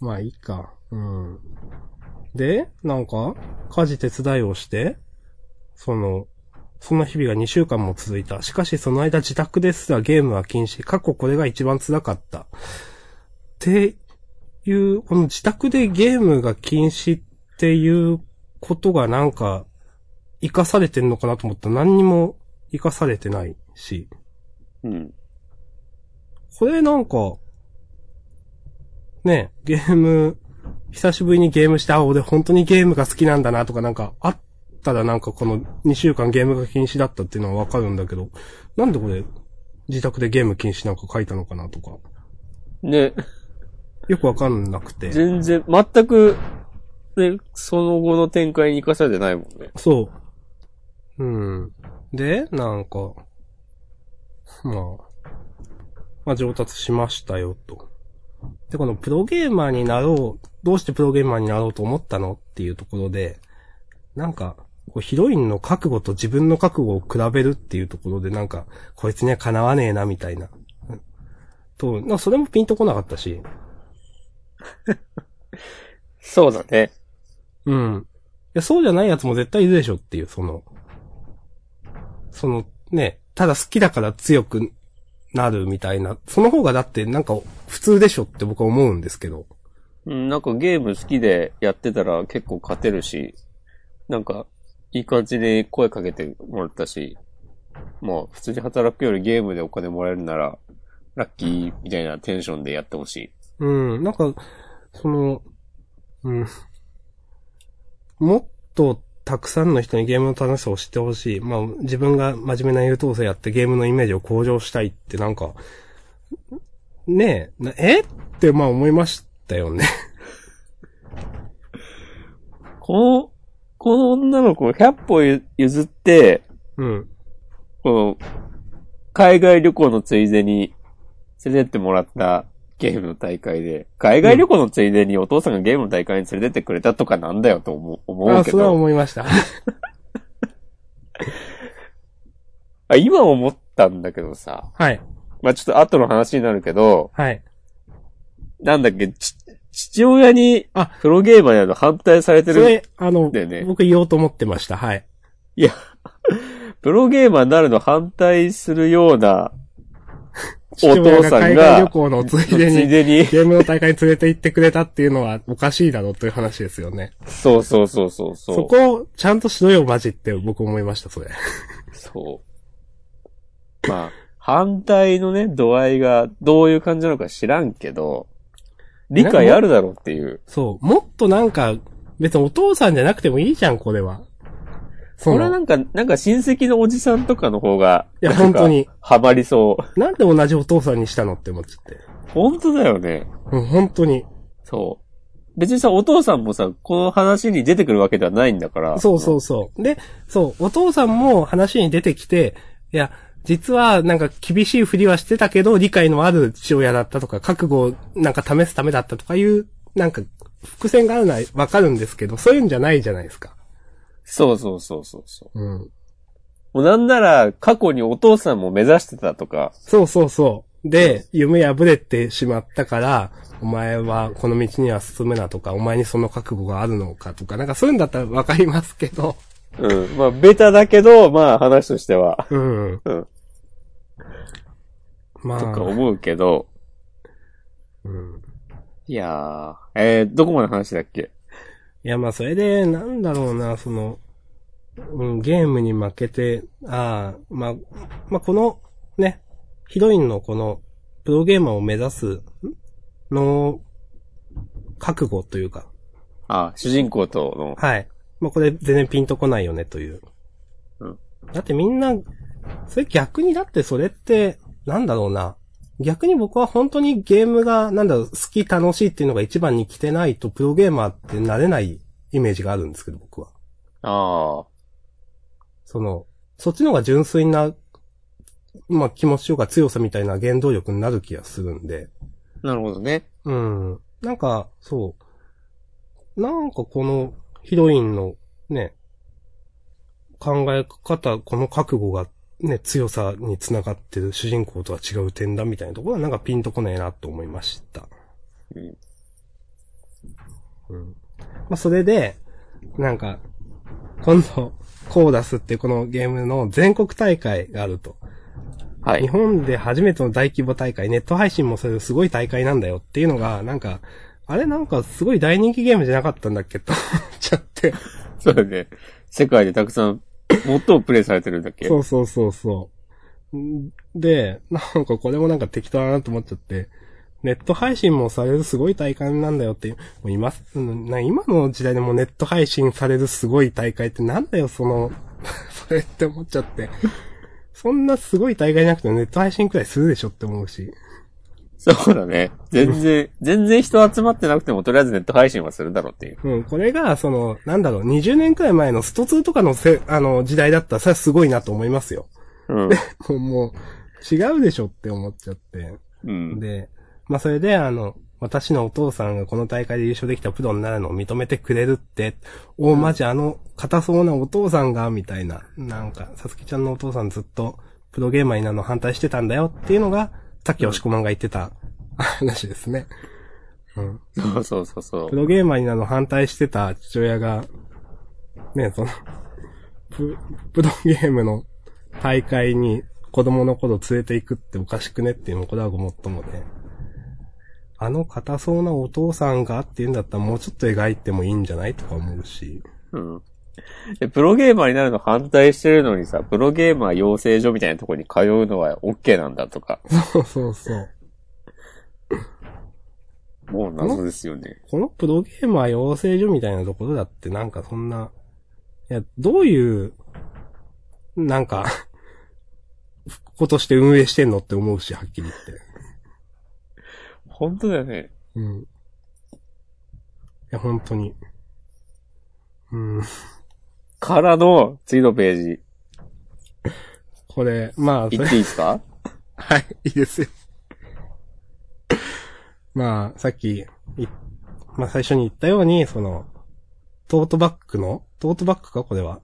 B: まあいいか。うん。で、なんか、家事手伝いをして、その、そんな日々が2週間も続いた。しかしその間自宅ですらゲームは禁止。過去これが一番辛かった。っていう、この自宅でゲームが禁止っていうことがなんか、活かされてんのかなと思ったら何にも活かされてないし。
A: うん。
B: これなんか、ねえ、ゲーム、久しぶりにゲームして、あ、俺本当にゲームが好きなんだなとかなんか、あったらなんかこの2週間ゲームが禁止だったっていうのはわかるんだけど、なんでこれ、自宅でゲーム禁止なんか書いたのかなとか、
A: ね、
B: よくわかんなくて。
A: 全然、全く、ね、その後の展開に活かされてないもんね。
B: そう。うん。で、なんか、まあ、まあ上達しましたよと。で、このプロゲーマーになろう、どうしてプロゲーマーになろうと思ったのっていうところで、なんか、こうヒロインの覚悟と自分の覚悟を比べるっていうところで、なんか、こいつにはかなわねえな、みたいな。と、なそれもピンとこなかったし、
A: そうだね。
B: うん。いや、そうじゃないやつも絶対いるでしょっていう、その、その、ね、ただ好きだから強くなるみたいな、その方がだってなんか普通でしょって僕は思うんですけど。
A: うん、なんかゲーム好きでやってたら結構勝てるし、なんか、いい感じに声かけてもらったし、まあ、普通に働くよりゲームでお金もらえるなら、ラッキーみたいなテンションでやってほしい。
B: うん、なんか、その、うん。もっとたくさんの人にゲームの楽しさを知ってほしい。まあ、自分が真面目な優等生やってゲームのイメージを向上したいってなんか、ねえ、なえってまあ思いましたよね。
A: この、この女の子100歩ゆ譲って、
B: うん。
A: この、海外旅行のついでに連れてってもらったゲームの大会で、海外旅行のついでにお父さんがゲームの大会に連れてってくれたとかなんだよと思う思
B: あ、
A: うけ
B: それは
A: ど、
B: 思い ました。
A: あ今思ったんだけどさ、
B: はい。
A: まあちょっと後の話になるけど、
B: はい。
A: なんだっけ、ち父親に
B: あ
A: プロゲーマーやるの反対されて
B: そ
A: る、
B: れ、あの、
A: だよね
B: 僕言おうと思ってました。はい。
A: プロゲーマーになるの反対するような
B: 父親が海外旅行のつ
A: つ
B: いで
A: い
B: に、
A: でに、
B: ゲームの大会に連れて行ってくれたっていうのはおかしいだろうという話ですよね。
A: そうそうそうそうそう。
B: そこをちゃんとしろよ、マジって僕思いました、それ。
A: そう。まあ、反対のね、度合いがどういう感じなのか知らんけど、理解あるだろうっていう。
B: そう。もっとなんか、別にお父さんじゃなくてもいいじゃん、これは。そ
A: これはな
B: の、
A: んか、なんか親戚のおじさんとかの方が、
B: いや
A: なんか
B: 本当に。
A: ハマりそう。
B: なんで同じお父さんにしたのって思っちゃって。
A: 本当だよね。
B: うん、本当に。
A: そう。別にさ、お父さんもさ、この話に出てくるわけではないんだから。
B: そうそうそう。で、そう、お父さんも話に出てきて、いや、実はなんか厳しいふりはしてたけど、理解のある父親だったとか、覚悟をなんか試すためだったとかいう、なんか、伏線があるのはわかるんですけど、そういうんじゃないじゃないですか。
A: そうそうそうそうそう。
B: うん。
A: もうなんなら、過去にお父さんも目指してたとか、
B: そうそうそで、夢破れてしまったから、お前はこの道には進むなとか、お前にその覚悟があるのかとか、なんかそういうんだったらわかりますけど、
A: うん。まあ、ベタだけど、まあ、話としては、
B: うん。
A: うん。
B: まあ、
A: とか思うけど、
B: うん。
A: いやー、えー、どこまで話だっけ
B: いや、まあ、それで、なんだろうな、その、うん、ゲームに負けて、ああ、まあ、まあ、この、ね、ヒロインのこの、プロゲーマーを目指す、の、覚悟というか、
A: あ、主人公との、
B: はい。まあ、これ全然ピンとこないよね、という。
A: うん
B: だってみんな、それ逆にだってそれって、なんだろうな。逆に僕は本当にゲームが、なんだろう、好き楽しいっていうのが一番に来てないと、プロゲーマーってなれないイメージがあるんですけど、僕は。
A: あ
B: その、そっちの方が純粋な、まあ、気持ちとか強さみたいな原動力になる気がするんで。
A: あ、なるほどね。
B: うん。なんか、そう。なんかこのヒロインのね、考え方、この覚悟がね、強さにつながってる主人公とは違う点だみたいなところはなんかピンとこねえなと思いました。
A: うん
B: うん。まあ、それで、なんか、今度、コーダスっていうこのゲームの全国大会があると。
A: は
B: 日
A: い。
B: 本で初めての大規模大会、ネット配信もそれすごい大会なんだよっていうのが、なんか、あれなんかすごい大人気ゲームじゃなかったんだっけと思っちゃって。
A: そうだね。世界でたくさん、最もプレイされてるんだっけ
B: そうそうそうそう。んで、なんかこれもなんか適当だなと思っちゃって、ネット配信もされるすごい大会なんだよっていう、もう今、うんな今の時代でもネット配信されるすごい大会ってなんだよその、 それって思っちゃって。そんなすごい大会じゃなくてネット配信くらいするでしょって思うし。
A: そうだね。全然、全然人集まってなくても、とりあえずネット配信はするだろうっていう。
B: うん、これが、その、なんだろう、20年くらい前のスト2とかのせ、あの、時代だったら、それはすごいなと思いますよ。
A: うん。
B: もう、もう違うでしょって思っちゃって。
A: うん。
B: で、まあ、それで、あの、私のお父さんがこの大会で優勝できたプロになるのを認めてくれるって、おー、マジあの、硬そうなお父さんが、みたいな、なんか、さつきちゃんのお父さんずっと、プロゲーマーになるの反対してたんだよっていうのが、さっき押し込まんが言ってた 話ですね。うん。
A: そうそうそうそ
B: プロゲーマーになるの反対してた父親が、ね、その、ププロゲームの大会に子供の頃連れて行くっておかしくねっていうのもこれはごもっともで、あの硬そうなお父さんがっていうんだったらもうちょっと描いてもいいんじゃないとか思うし。
A: う。うん。で、プロゲーマーになるの反対してるのにさ、プロゲーマー養成所みたいなとこに通うのは OK なんだとか、
B: そうそうそう。
A: もう謎ですよね。
B: このプロゲーマー養成所みたいなところだってなんかそんな、いや、どういう、なんか、ことして運営してんのって思うし、はっきり言って。
A: 本当だよね。
B: うん。いや、本当に。うん。
A: からの、次のページ。
B: これ、まあ、そ
A: 行っ
B: れ、
A: ていいですか
B: はい、いいですよ。 まあ、さっき、いまあ最初に言ったように、その、トートバッグの、トートバッグかこれは。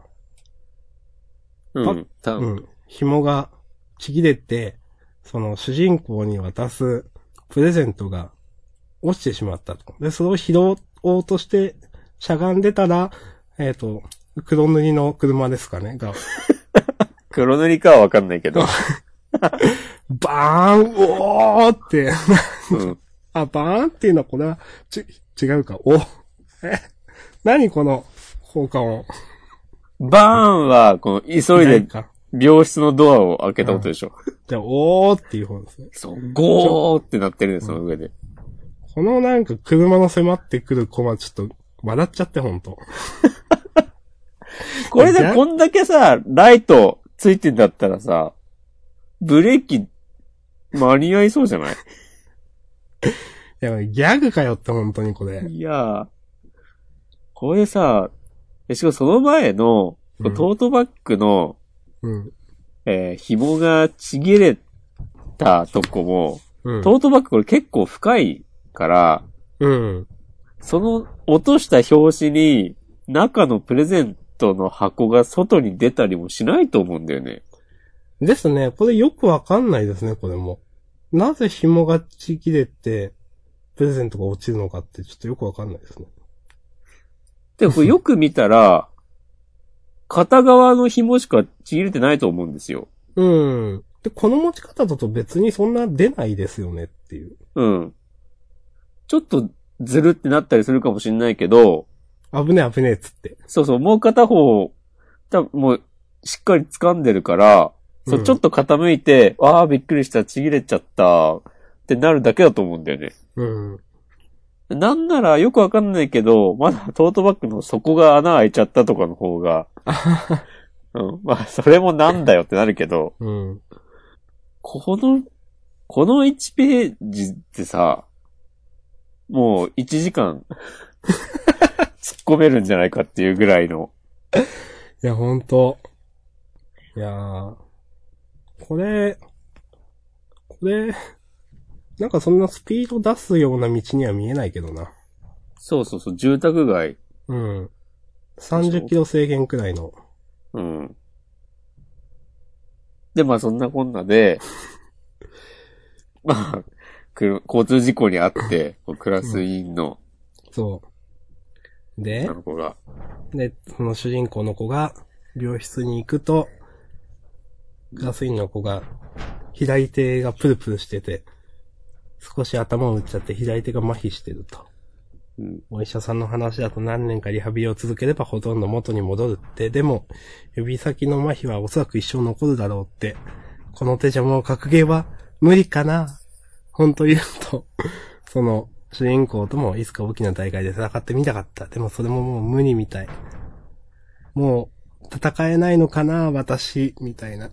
A: うん。多
B: う
A: 分
B: ん。紐がちぎれて、その主人公に渡すプレゼントが落ちてしまったと。で、それを拾おうとしてしゃがんでたら、えっ、と、黒塗りの車ですかね、が、
A: 黒塗りかはわかんないけど。
B: バーンおーって、
A: うん。
B: あ、バーンっていうのはこれは、ち、違うか、お、え、何この効果音。
A: バーンは、この、急い
B: 何
A: で、
B: か。
A: 病室のドアを開けたことでしょ。
B: じゃあ、おーっていう方ですね。
A: そう、ゴーってなってるんです、その上で。
B: このなんか車の迫ってくるコマちょっと笑っちゃってほんと。
A: これ
B: じゃ
A: で
B: あ
A: こんだけさ、ライトついてんだったらさ、ブレーキ、間に合いそうじゃない
B: いや、ギャグかよって、本当にこれ。
A: いやー。これさ、えしかもその前の、
B: う
A: ト
B: ん
A: ートバッグの、
B: うん。
A: えー紐がちぎれたとこも、
B: うん。
A: トートバッグこれ結構深いから、
B: うん。
A: その落とした表紙に、中のプレゼントの箱が外に出たりもしないと思うんだよね。
B: ですね。これよくわかんないですね、これも。なぜ紐がちぎれて、プレゼントが落ちるのかってちょっとよくわかんないですね。
A: でもこれよく見たら、 片側の紐しかちぎれてないと思うんですよ。
B: うん。で、この持ち方だと別にそんな出ないですよねっていう。
A: うん。ちょっとずるってなったりするかもしれないけど、
B: 危ねえ危ねえっつって。
A: そうそう、もう片方、多分もう、しっかり掴んでるから、そううんちょっと傾いて、ああ、びっくりした、ちぎれちゃった、ってなるだけだと思うんだよね。
B: うん。
A: なんならよくわかんないけど、まだトートバッグの底が穴開いちゃったとかの方 が、うん、まあ、それもなんだよってなるけど、
B: うん。
A: この、この1ページってさ、もう1時間、突っ込めるんじゃないかっていうぐらいの、
B: いや、ほんと。いやー。これ、これ、なんかそんなスピード出すような道には見えないけどな。
A: そうそうそう、住宅街、
B: うん。30キロ制限くらいの。
A: うん。で、まあそんなこんな で、まあ、く交通事故にあって、こうクラス委員の
B: そう。で
A: あ、の子が、
B: で、その主人公の子が、病室に行くと、クラス員の子が、左手がプルプルしてて、少し頭を打っちゃって左手が麻痺してると。
A: うん
B: お医者さんの話だと何年かリハビリを続ければほとんど元に戻るって、でも、指先の麻痺はおそらく一生残るだろうって、この手じゃもう格ゲーは無理かな。本当言うと、その、主人公ともいつか大きな大会で戦ってみたかった。でもそれももう無理みたい。もう、戦えないのかな、私、みたいな。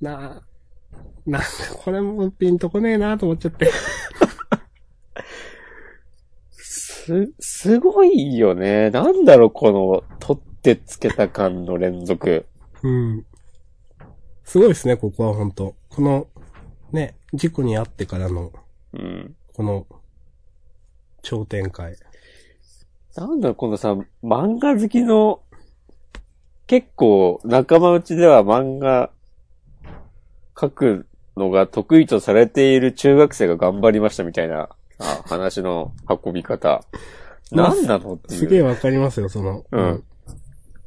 B: なあ。なんか、これもピンとこねえなと思っちゃって。
A: す、すごいよね。なんだろう、この、取ってつけた感の連続。
B: うん。すごいですね、ここは本当この、ね、事故に遭ってからの、
A: うん。
B: この、超展開。
A: なんだろう、このさ、漫画好きの、結構、仲間内では漫画、書くのが得意とされている中学生が頑張りましたみたいな、あ話の運び方。
B: まあ
A: なんなのって
B: すげ
A: い
B: え
A: う。
B: わかりますよ、その。
A: うん。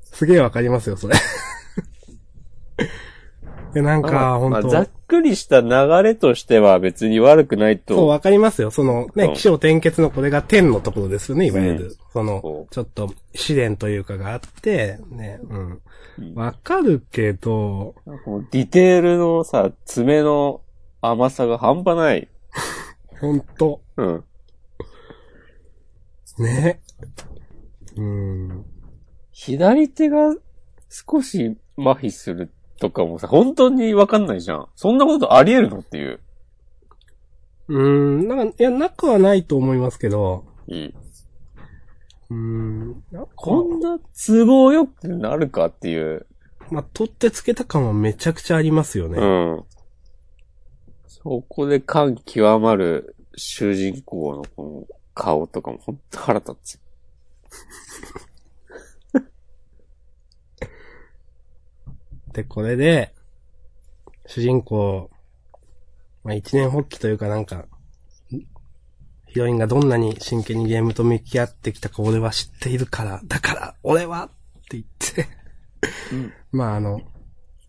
B: すげえわかりますよ、それ。い や、なん
A: ま
B: か、
A: あま
B: 本
A: あ
B: 当
A: ざっくりした流れとしては別に悪くない
B: そう、
A: と。
B: わかりますよ。その
A: う
B: ね
A: ん、
B: 気象転結のこれが天のところですよね、いわゆる。
A: うん
B: そ
A: そ
B: の、ちょっと試練というかがあって、ね、うん
A: うん。
B: わかるけど、
A: なんかもうディテールのさ、爪の甘さが半端ない。
B: ほんと、
A: うん。
B: ね。うん。
A: 左手が少し麻痺するとかもさ、本当にわかんないじゃん。そんなことあり得るのっていう。
B: うん、なんか、いや、なくはないと思いますけど、うん、なんか
A: こんな都合よくなるかっていう。
B: まあ、取ってつけた感はめちゃくちゃありますよね。
A: うん。そこで感極まる主人公のこの顔とかも本当腹立つ。
B: で、これで、主人公、まあ、一年発起というかなんか、ヒロインがどんなに真剣にゲームと向き合ってきたか俺は知っているから、だから、俺はって言って、
A: うん
B: まあ、あの、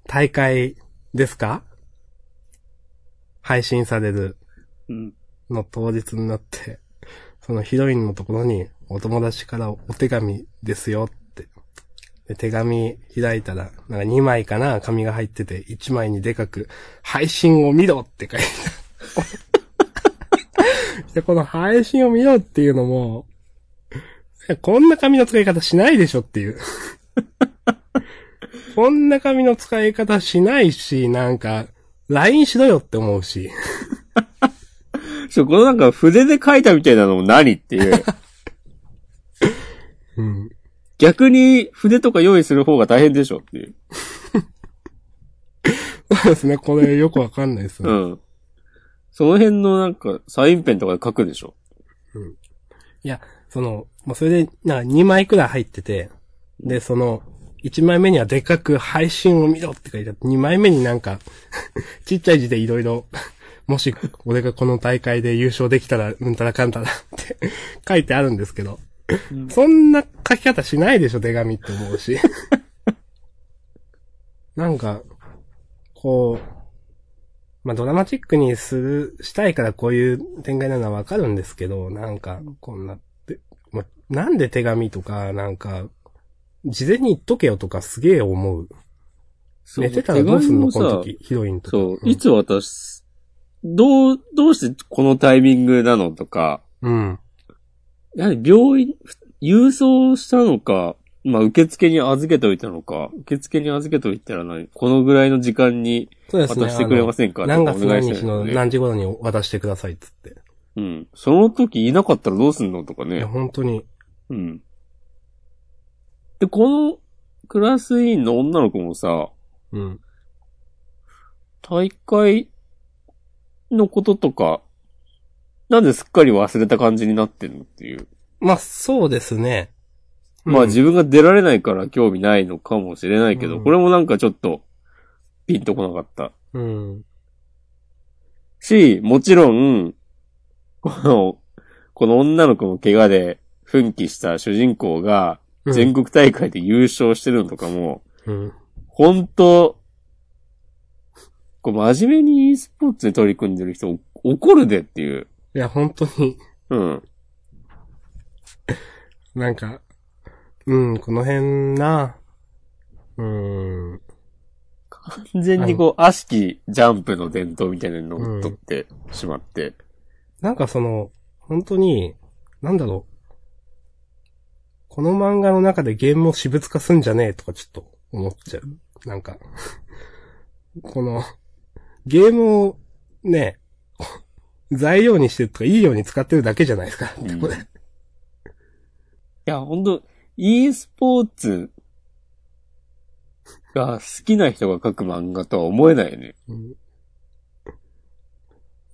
B: 大会ですか配信される
A: うん。
B: の当日になって、そのヒロインのところにお友達からお手紙ですよって。で、手紙開いたら、なんか2枚かな、紙が入ってて、1枚にでかく、配信を見ろって書いてあるで、この配信を見ろっていうのも、いやこんな紙の使い方しないでしょっていう。こんな紙の使い方しないし、なんか、LINE しろよって思うし。
A: そう、このなんか筆で書いたみたいなのも何っていう。
B: うん。
A: 逆に筆とか用意する方が大変でしょっていう。
B: そうですね。これよくわかんないですね。
A: うん。その辺のなんか、サインペンとかで書くでしょ。
B: いや、その、まあ、それで、なんか2枚くらい入ってて、で、その、1枚目にはでかく配信を見ろって書いてあって、2枚目になんか、ちっちゃい字でいろいろ、もし、俺がこの大会で優勝できたら、うんたらかんたらって書いてあるんですけど、そんな書き方しないでしょ、手紙って思 うし。なんか、こう、まあ、ドラマチックにする、したいからこういう展開なのはわかるんですけど、なんか、こんなって、まあ、なんで手紙とか、なんか、事前に言っとけよとかすげえ思う。
A: そう
B: 寝てたらどうすんの
A: 手
B: この
A: 紙もさ
B: 時、ヒロインとか。
A: そう、
B: ん
A: いつ渡す、どう、どうしてこのタイミングなのとか、
B: うん。
A: やはり病院、郵送したのか、まあ、受付に預けといたのか、受付に預けといたら何このぐらいの時間に
B: そうですね。
A: 渡してくれませんか
B: あ
A: とか
B: の何月
A: お願いし
B: 何
A: たい
B: 日の
A: ね
B: 何時頃に渡してくださいっつって。
A: うん。その時いなかったらどうすんのとか
B: いや、
A: ね。
B: 本当に。
A: うん。で、このクラス委員の女の子もさ、
B: うん。
A: 大会のこととか、なんですっかり忘れた感じになってんのっていう。
B: まあ、そうですね。
A: まあ
B: うん
A: 自分が出られないから興味ないのかもしれないけど、
B: うん
A: これもなんかちょっと、ピンとこなかった。
B: うん。
A: し、もちろん、この、この女の子の怪我で奮起した主人公が、
B: うん
A: 全国大会で優勝してるのとかも、
B: うん。
A: ほんと、こう真面目に e スポーツで取り組んでる人、お怒るでっていう。
B: いや、本当に。
A: うん。
B: なんか、うん、この辺な、うん、
A: 完全にこう、悪しきジャンプの伝統みたいなのを取ってしまって。
B: なんかその、本当に、なんだろう。この漫画の中でゲームを私物化すんじゃねえとかちょっと思っちゃう。なんか、この、ゲームをね、材料にしてとかいいように使ってるだけじゃないですか。
A: うん
B: これ
A: いや、ほんと、e スポーツが好きな人が書く漫画とは思えないよね。
B: うん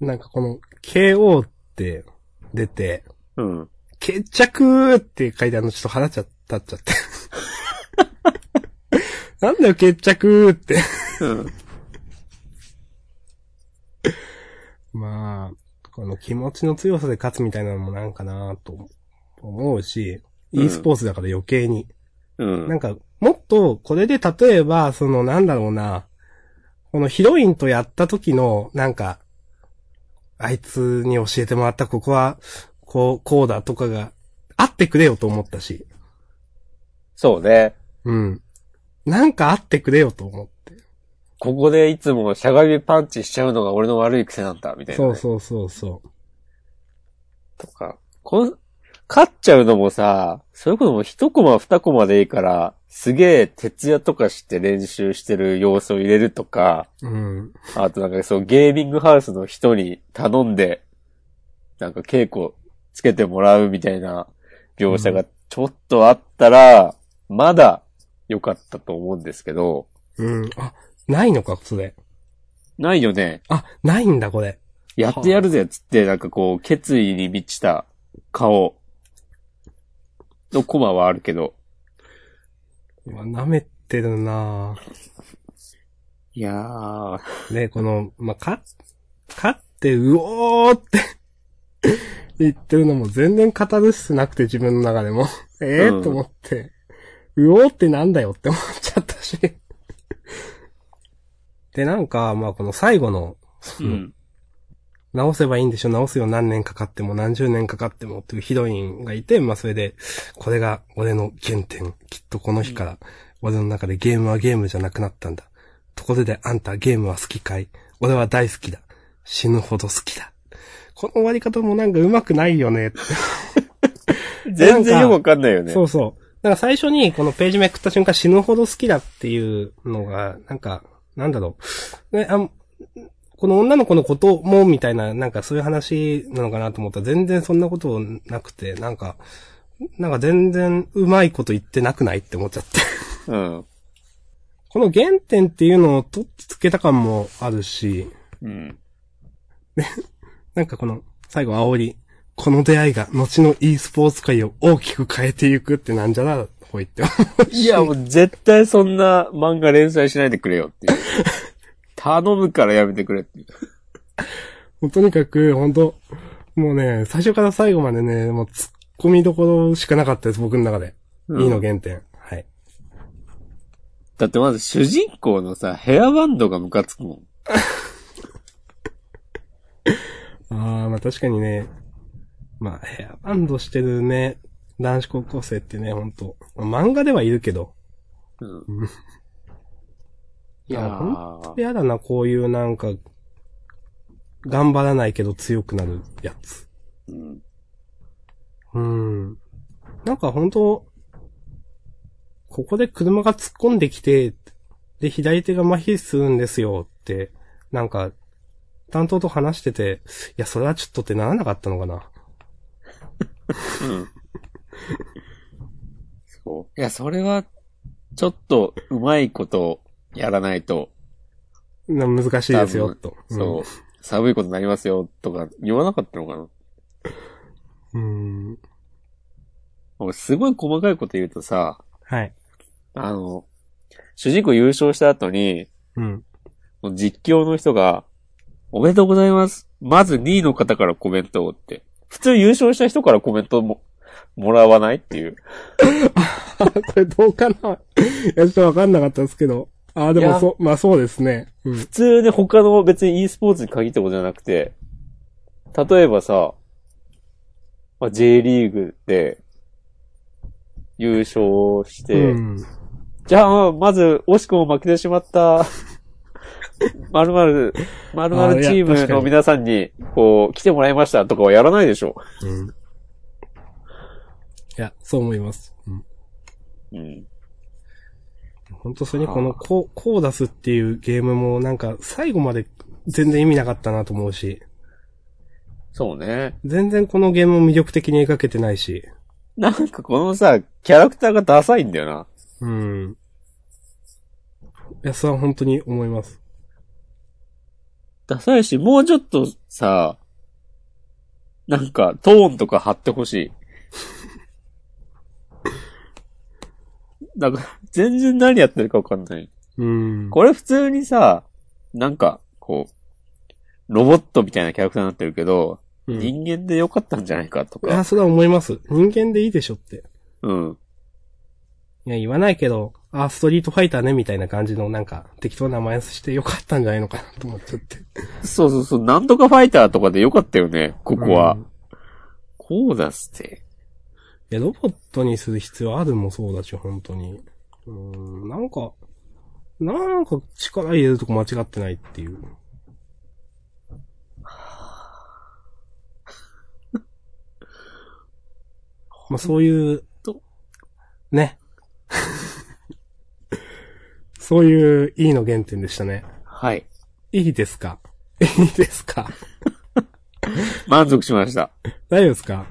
B: なんかこの、KO って出て、
A: うん。
B: 決着って書いてあるのちょっと腹ちゃ立っちゃって。 なんだよ決着って。
A: うん。
B: まあ、この気持ちの強さで勝つみたいなのもなんかなと思うし、
A: うん
B: e スポーツだから余計に。
A: うん。
B: なんか、もっと、これで例えば、そのなんだろうな、このヒロインとやった時の、なんか、あいつに教えてもらったここは、こう、こうだとかが、あってくれよと思ったし。
A: そうね。
B: うん。なんかあってくれよと思って。
A: ここでいつもしゃがみパンチしちゃうのが俺の悪い癖なんだ、みたいなね、
B: そうそうそうそう。
A: とか。この、勝っちゃうのもさ、そういうことも一コマ二コマでいいから、すげえ徹夜とかして練習してる様子を入れるとか、
B: うん。
A: あとなんかそうゲーミングハウスの人に頼んで、なんか稽古つけてもらうみたいな描写がちょっとあったら、まだ良かったと思うんですけど、
B: うん。あ、ないのか、それ。
A: ないよね。
B: あ、ないんだ、これ。
A: やってやるぜっつって、なんかこう、決意に満ちた顔のコマはあるけど、
B: うわ舐めてるない
A: やー、
B: ぁね、この、まあ、か、かって、うおーって、 言ってるのも全然語るしなくて、自分の中でも。 ええ
A: うん
B: と思って。うおーってなんだよって思っちゃったし。で、なんか、まあ、この最後の、その、
A: うん。
B: 直せばいいんでしょ直すよ何年かかっても何十年かかってもっていうヒロインがいて、まあそれで、これが俺の原点。きっとこの日から、俺の中でゲームはゲームじゃなくなったんだ。ところであんたゲームは好きかい俺は大好きだ。死ぬほど好きだ。この終わり方もなんか上手くないよね。
A: 全然よくわかんないよね。
B: そうそう。だから最初にこのページめくった瞬間死ぬほど好きだっていうのが、なんか、なんだろう。ね、あんこの女の子のこともみたいな、なんかそういう話なのかなと思ったら全然そんなことなくて、なんか、なんか全然うまいこと言ってなくないって思っちゃって。
A: うん。
B: この原点っていうのを取っつけた感もあるし、
A: うん。
B: なんかこの、最後、煽り。この出会いが、後の e スポーツ界を大きく変えていくってなんじゃな、ほいって思うし
A: いや、もう絶対そんな漫 画連載しないでくれよっていう。頼むからやめてくれっていう。
B: もうとにかく、本当もうね、最初から最後までね、もう突っ込みどころしかなかったです、僕の中で。
A: うん
B: いいの原点。はい。
A: だってまず主人公のさ、ヘアバンドがムカつくもん。
B: あー、まあ確かにね、まあヘアバンドしてるね、男子高校生ってね、本当まあ漫画ではいるけど、
A: うん
B: うん。
A: いや
B: あほ
A: ー。
B: やだな、こういうなんか、頑張らないけど強くなるやつ。
A: うん。
B: うん。なんか本当ここで車が突っ込んできて、で、左手が麻痺するんですよって、なんか、担当と話してて、いや、それはちょっとってならなかったのかな。
A: うん。そう。いや、それは、ちょっと、うまいこと、やらないと、
B: な難しいですよ、と。
A: そう、寒いことになりますよ、とか、言わなかったのかな
B: うん。うん。
A: 俺、すごい細かいこと言うとさ、
B: はい。
A: あの、主人公優勝した後に、
B: うん。
A: 実況の人が、おめでとうございます。まず2位の方からコメントをって。普通優勝した人からコメントも、もらわないっていう。
B: あこれどうかない や、ちょっとわかんなかったですけど。ああ、で
A: い
B: も
A: や
B: そう、まあそうですね。うん
A: 普。通で他の別に e スポーツに限ったことじゃなくて、例えばさ、まあ、J リーグで優勝して、
B: うん。
A: じゃあ、まず、惜しくも負けてしま った、まるまる、まるまるチームの皆さんに、こう、来てもらいましたとかはやらないでしょ。
B: うん。いや、そう思います。うん。
A: うん。
B: 本当それにこのココーダスっていうゲームもなんか最後まで全然意味なかったなと思うし、
A: そうね。
B: 全然このゲームを魅力的に描けてないし、
A: なんかこのさ、キャラクターがダサいんだよな。
B: うん。いや、それは本当に思います。
A: ダサいし、もうちょっとさ、なんか、トーンとか貼ってほし い。なんか、全然何やってるかわかんない。
B: うん。
A: これ普通にさ、なんか、こう、ロボットみたいなキャラクターになってるけど、
B: うんい
A: 人間でよかったんじゃないかと
B: や、
A: か。
B: それは思います。人間でいいでしょって。
A: うん。
B: いや、言わないけど、あ、ストリートファイターね、みたいな感じの、なんか、適当な名前してよかったんじゃないのかなと思っちゃって。
A: そうそうそう、なんとかファイターとかでよかったよね、ここは。
B: うん
A: こうだして。
B: いや、ロボットにする必要あるもそうだし、本当に。うーん、なんか、なんか力入れるとこ間違ってないっていう。まあそういう
A: と、
B: ね。 そういう E の原点でしたね。
A: はい。
B: いいですか いいですか
A: 満足しました。
B: 大丈夫ですか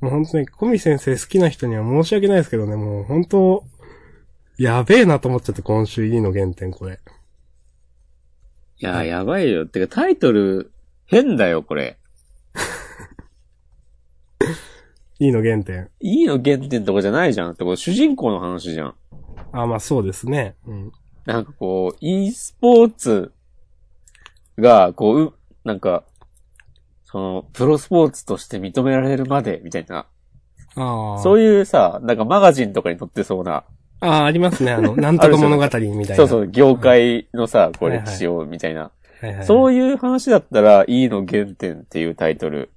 B: もう本当に、コミ先生好きな人には申し訳ないですけどね、もう本当、やべえなと思っちゃって、今週 E の原点これ。
A: いやー、やばいよ。てか、タイトル、変だよ、これ。
B: E の原点。
A: E の原点とかじゃないじゃんって、これ主人公の話じゃん。
B: あ、まあそうですね。うん。
A: なんかこう、e スポーツが、こう、うなんか、その、プロスポーツとして認められるまで、みたいな。
B: ああ。
A: そう
B: いう。
A: いうさ、なんかマガジンとかに載ってそうな、
B: ああ、ありますね。あの、なんとか物語みたいな。
A: そうそう、業界のさ、こう
B: はいはい
A: 歴史を、みたいな。
B: はいはい。
A: そう
B: いう。
A: いう話だったら、E の原点っていうタイトル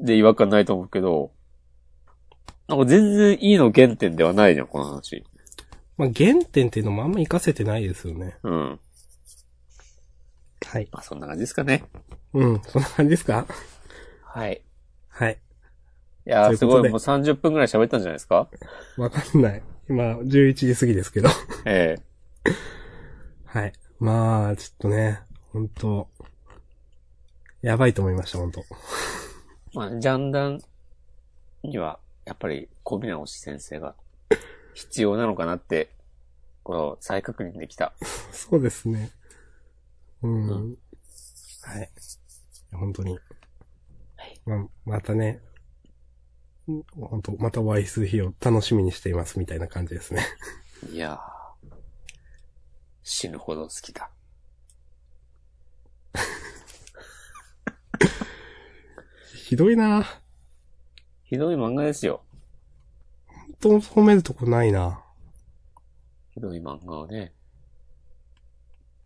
A: で違和感ないと思うけど、なんか全然 E の原点ではないじゃん、この話。
B: まあ原点っていうのもあんま活かせてないですよね。
A: うん。
B: はい。
A: まあそんな感じですかね。
B: うん。そんな感じですか
A: はい。
B: はい。
A: いや
B: とい
A: ー
B: う
A: す
B: こ
A: ご
B: と
A: い、
B: で
A: もう30分くらい喋ったんじゃないですか
B: わかんない。今、11時過ぎですけど。
A: ええ
B: はい。まあ、ちょっとね、本当やばいと思いました、本当
A: まあ、ジャンダンには、やっぱり、小宮推し先生が必要なのかなって、この再確認できた。
B: そうですね。うん。
A: う
B: はい。本当に。まあ、またね、うん本当またお会いする日を楽しみにしています、みたいな感じですね。
A: いやー死ぬほど好きだ。
B: ひどいな
A: ひどい漫画ですよ。
B: 本当褒めるとこないな
A: ひどい漫画をね、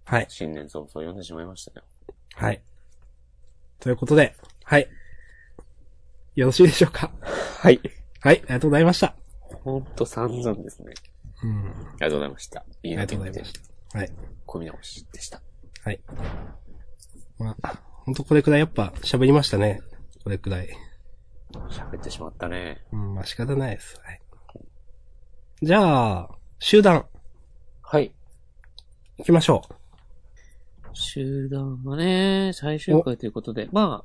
B: はい。
A: 新年早々読んでしまいましたよ。
B: はい。ということで、はい。よろしいでしょうか。
A: はい。
B: はい、ありがとうございました。
A: ほんと散々ですね。
B: うん。あ
A: ありがとうございました。い
B: り
A: い
B: が
A: な
B: とうございました。はい。
A: 込み直しでした。
B: はい。まあ、ほんとこれくらいやっぱ喋りましたね。これくらい。
A: 喋ってしまったね。
B: うん、まあ仕方ないです。はい。じゃあ、集団、
A: はい。
B: 行きましょう。
A: 集団はね、最終回ということで、まあ、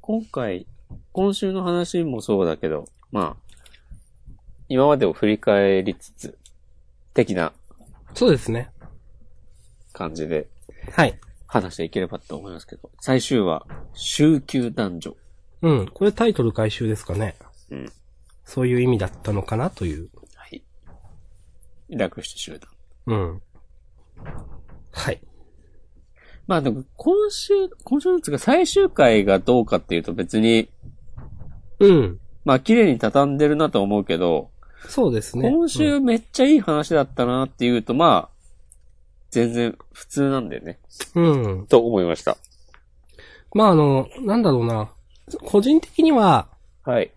A: 今回、今週の話もそうだけど、まあ、今までを振り返りつつ、的な
B: そうですね。
A: 感じで
B: はい。
A: 話していければと思いますけど、最終話、週休男女。
B: うん、これタイトル回収ですかね。
A: うん。
B: そういう意味だったのかなという。
A: はい。略して集団。
B: うん。はい。
A: まあでも、今週、今週のつうか最終回がどうかっていうと別に、
B: うん。
A: まあ綺麗に畳んでるなと思うけど、
B: そうですね。
A: 今
B: うん
A: 週めっちゃいい話だったなっていうと、まあ、全然普通なんだよね。
B: うん。
A: と思いました。
B: まあ、あの、なんだろうな。個人的には、
A: はい。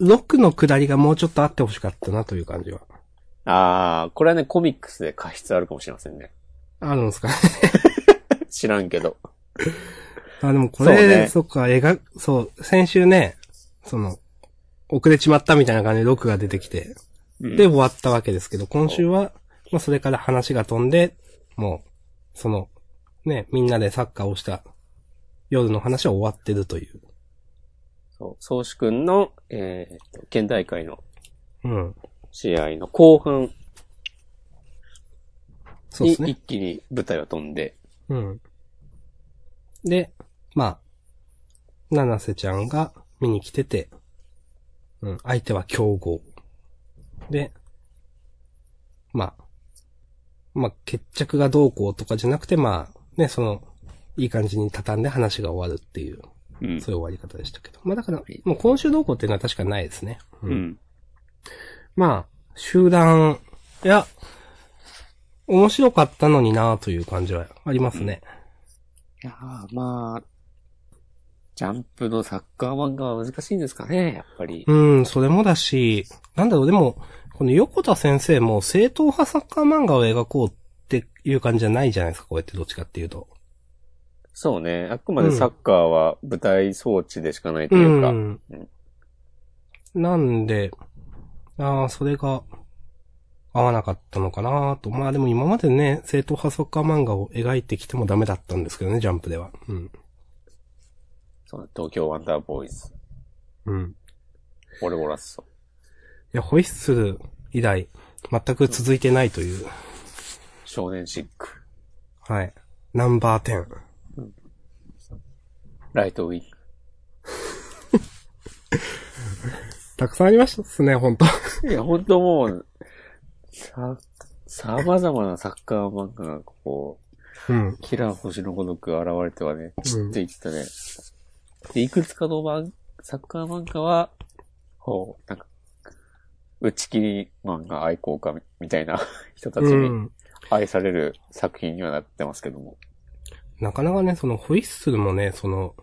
B: 6の下りがもうちょっとあってほしかったなという感じは。
A: あー、これはね、コミックスで過失あるかもしれませんね。
B: あるんですか
A: 知らんけど。
B: あ、でもこ
A: そう
B: れ、
A: ね
B: そっか、映画、そう、先週ね、その、遅れちまったみたいな感じで6が出てきて、
A: う
B: で
A: ん
B: 終わったわけですけど、今週は、まあそれから話が飛んで、もう、その、ね、みんなでサッカーをした夜の話は終わってるという。
A: そう、宗主君の、えーっと、県大会の
B: うん。
A: 試合の後半
B: そう
A: に
B: ですね。
A: 一気に舞台は飛んで、
B: うん。で、まあ、七瀬ちゃんが見に来てて、うん、相手は強豪。で、まあ、まあ、決着がどうこうとかじゃなくて、まあ、ね、その、いい感じに畳んで話が終わるっていう、
A: うん。
B: そういう終わり方でしたけど。まあだから、もう今週どうこうっていうのは確かないですね。
A: う。ん。
B: まあ、集団、いや、面白かったのになという感じはありますね。
A: いやーまあ、ジャンプのサッカー漫画は難しいんですかね、やっぱり。
B: うん、それもだし、なんだろう、でも、この横田先生も正統派サッカー漫画を描こうっていう感じじゃないじゃないですか、こうやってどっちかっていうと。
A: そうね。あくまでサッカーは舞台装置でしかないというか。
B: ん。なんで、ああ、それが合わなかったのかなと。まあでも今までね、正統派サッカー漫画を描いてきてもダメだったんですけどね、ジャンプでは。うん。
A: そう東京ワンダーボーイズ、
B: うん。
A: オレゴラッソ。
B: いや、ホイッスル以来、全く続いてないという。
A: 少年シック、
B: はい。ナンバー10。
A: ライトウィング。
B: たくさんありましたっすね、本当
A: いや、ほんともう、さ、様々なサッカー漫画がこう、
B: うん。
A: キラー星のごとく現れてはね、
B: ん
A: ちっていったね。で、いくつかの漫サッカー漫画は、こう、なんか、打ち切り漫画愛好家みみたいな 人たち
B: う
A: に
B: ん
A: 愛される作品にはなってますけども。
B: なかなかね、そのホイッスルもね、その、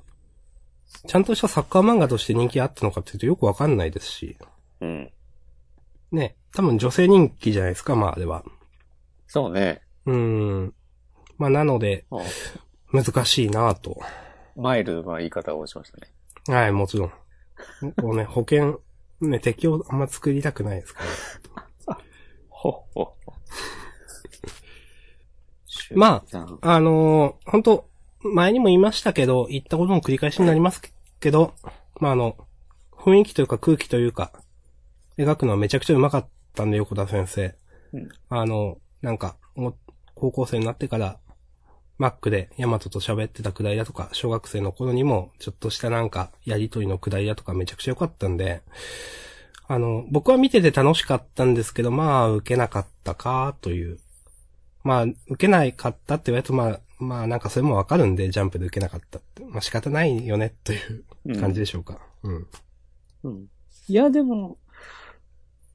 B: ちゃんとしたサッカー漫画として人気あったのかっていうとよくわかんないですし、
A: うん。
B: ね、多分女性人気じゃないですか、まああれは。
A: そうね。
B: うーん。まあなので、
A: もう
B: 難しいなぁと。
A: マイルドな言い方をしましたね。
B: はい、もちろん。こうね、保険、ね、敵をあんま作りたくないですから。
A: ほほほ。
B: ま
A: あ、
B: あのー、本当前にも言いましたけど、言ったことの繰り返しになりますけど、まあ、あの、雰囲気というか空気というか、描くのはめちゃくちゃうまかったんで、横田先生。
A: うん
B: あの、なんか、もう高校生になってから、マックでヤマトと喋ってたくだりだとか、小学生の頃にも、ちょっとしたなんか、やりとりのくだりだとかめちゃくちゃ良かったんで、あの、僕は見てて楽しかったんですけど、まあ、受けなかったか、というまあ、受けないかったって言われると、まあ、まあなんかそれもわかるんで、ジャンプで受けなかったって。まあ仕方ないよね、という感じでしょうか。うん。
A: うん。いや、でも、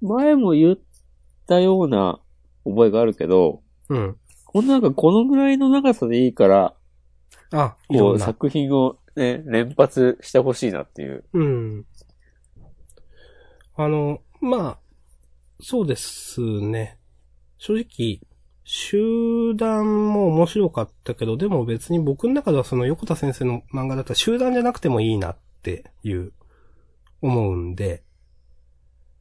A: 前も言ったような覚えがあるけど、
B: うん。
A: こんなんかこのぐらいの長さでいいから、
B: あ、い
A: こ
B: ろん
A: う
B: な。
A: 作品をね、連発してほしいなっていう。
B: うん。あの、まあ、そうですね。正直、集団も面白かったけど、でも別に僕の中ではその横田先生の漫画だったら集団じゃなくてもいいなっていう、思うんで、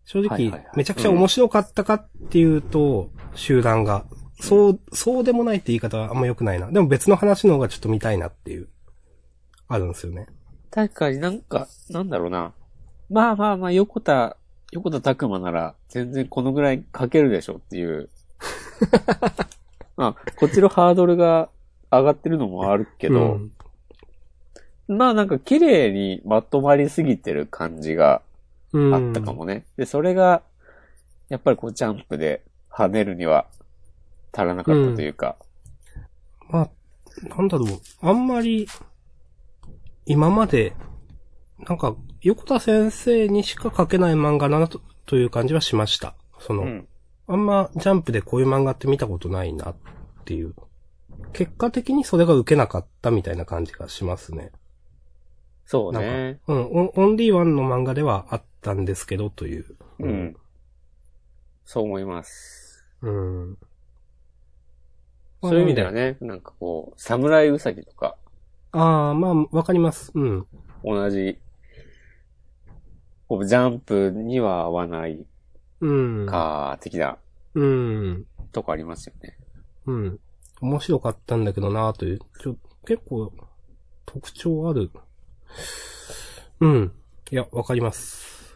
B: 正
A: はい
B: 直
A: はいはい、
B: めちゃくちゃ面白かったかっていうと、集団が、そう、そうでもないって言い方はあんま良くないな。でも別の話の方がちょっと見たいなっていう、あるんですよね。
A: 確かになんか、なんだろうな。まあまあまあ、横田、横田拓馬なら、全然このぐらい書けるでしょって いう。まあ、こっちのハードルが上がってるのもあるけ
B: う
A: ど、
B: ん
A: まあなんか綺麗にまとまりすぎてる感じが
B: うん
A: あったかもね。で、それが、やっぱりこうジャンプで跳ねるには足らなかったというか。
B: まあ、なんだろう。あんまり、今まで、なんか、横田先生にしか描けない漫画だなと、という感じはしました。その、
A: うん。
B: あんまジャンプでこういう漫画って見たことないなっていう。結果的にそれが受けなかったみたいな感じがしますね。
A: そうね。
B: うん、オンオンリーワンの漫画ではあったんですけどという。
A: うん。そう思います。
B: うん。
A: そういう意味ではね、なんかこう、侍うさぎとか、
B: ああ、まあ、わかります。うん。
A: 同じ、こうジャンプには合わない
B: うん。
A: か、的な
B: うん。
A: とこありますよね。
B: うん。面白かったんだけどなぁという、ちょ、結構、特徴ある。うん。いや、わかります。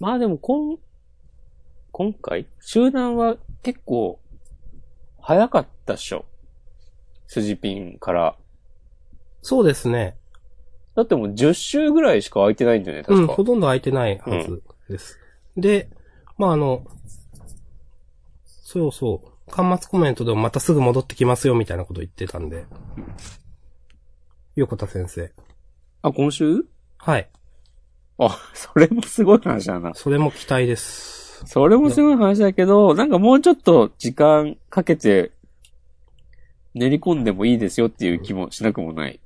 A: まあでも、こん、今回、集団は結構、早かったっしょ。筋ピンから。
B: そうですね。
A: だってもう10周ぐらいしか空いてないんだよね、
B: うん、
A: 確か。
B: ほとんど空いてないはずです。で、まあ、あの、そうそう、端末コメントでもまたすぐ戻ってきますよみたいなこと言ってたんで。横田先生。
A: あ、今週
B: はい。
A: あ、それもすごい話だな。
B: それも期待です。
A: それもすごい話だけど、なんかもうちょっと時間かけて練り込んでもいいですよっていう気もしなくもない。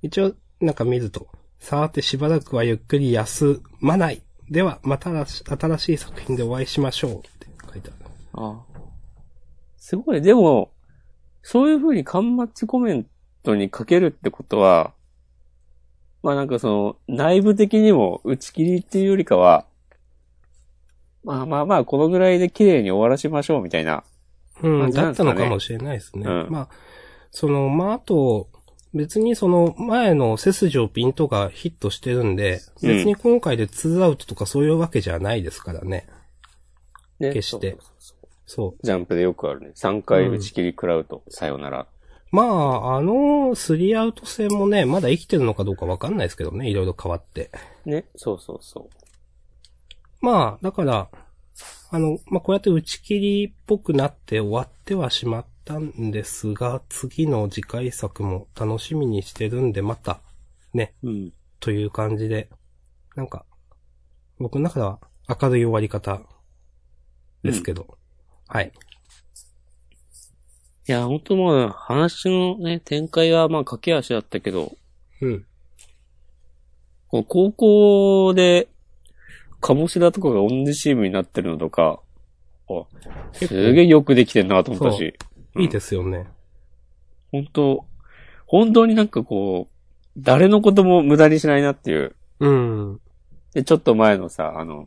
B: 一応、なんか見ると、さてしばらくはゆっくり休まない。では、またらし新しい作品でお会いしましょう。って書いてある。
A: あすごい。でも、そういう風に端末コメントにかけるってことは、まあなんかその内部的にも打ち切りっていうよりかは、まあまあまあこのぐらいで綺麗に終わらしましょうみたいな。
B: うん、
A: あ
B: だったのかもしれないですね。
A: うん
B: まあ、その、まあ、あと、別にその前の背筋をピントがヒットしてるんで、
A: うん
B: 別に今回で2アウトとかそういうわけじゃないですからね。
A: ね
B: 決して
A: そうそうそう
B: そう。
A: ジャンプでよくあるね。3回打ち切り食らうと、さよなら。
B: まあ、あの、3アウト戦もね、まだ生きてるのかどうかわかんないですけどね、いろいろ変わって。
A: ね、そうそうそう。
B: まあ、だから、あの、まあ、こうやって打ち切りっぽくなって終わってはしまったんですが、次の次回作も楽しみにしてるんで、また、ね、
A: うん。
B: という感じで、なんか、僕の中では明るい終わり方ですけど、はい。
A: いや、本当まあ、話のね、展開はまあ、駆け足だったけど、
B: うん。
A: こう高校で、鴨志田とかが同じチームになってるのとか、あすげえよくできてんなと思ったし、うん
B: いいですよね。
A: 本当本当になんかこう、誰のことも無駄にしないなっていう。
B: うん。
A: で、ちょっと前のさ、あの、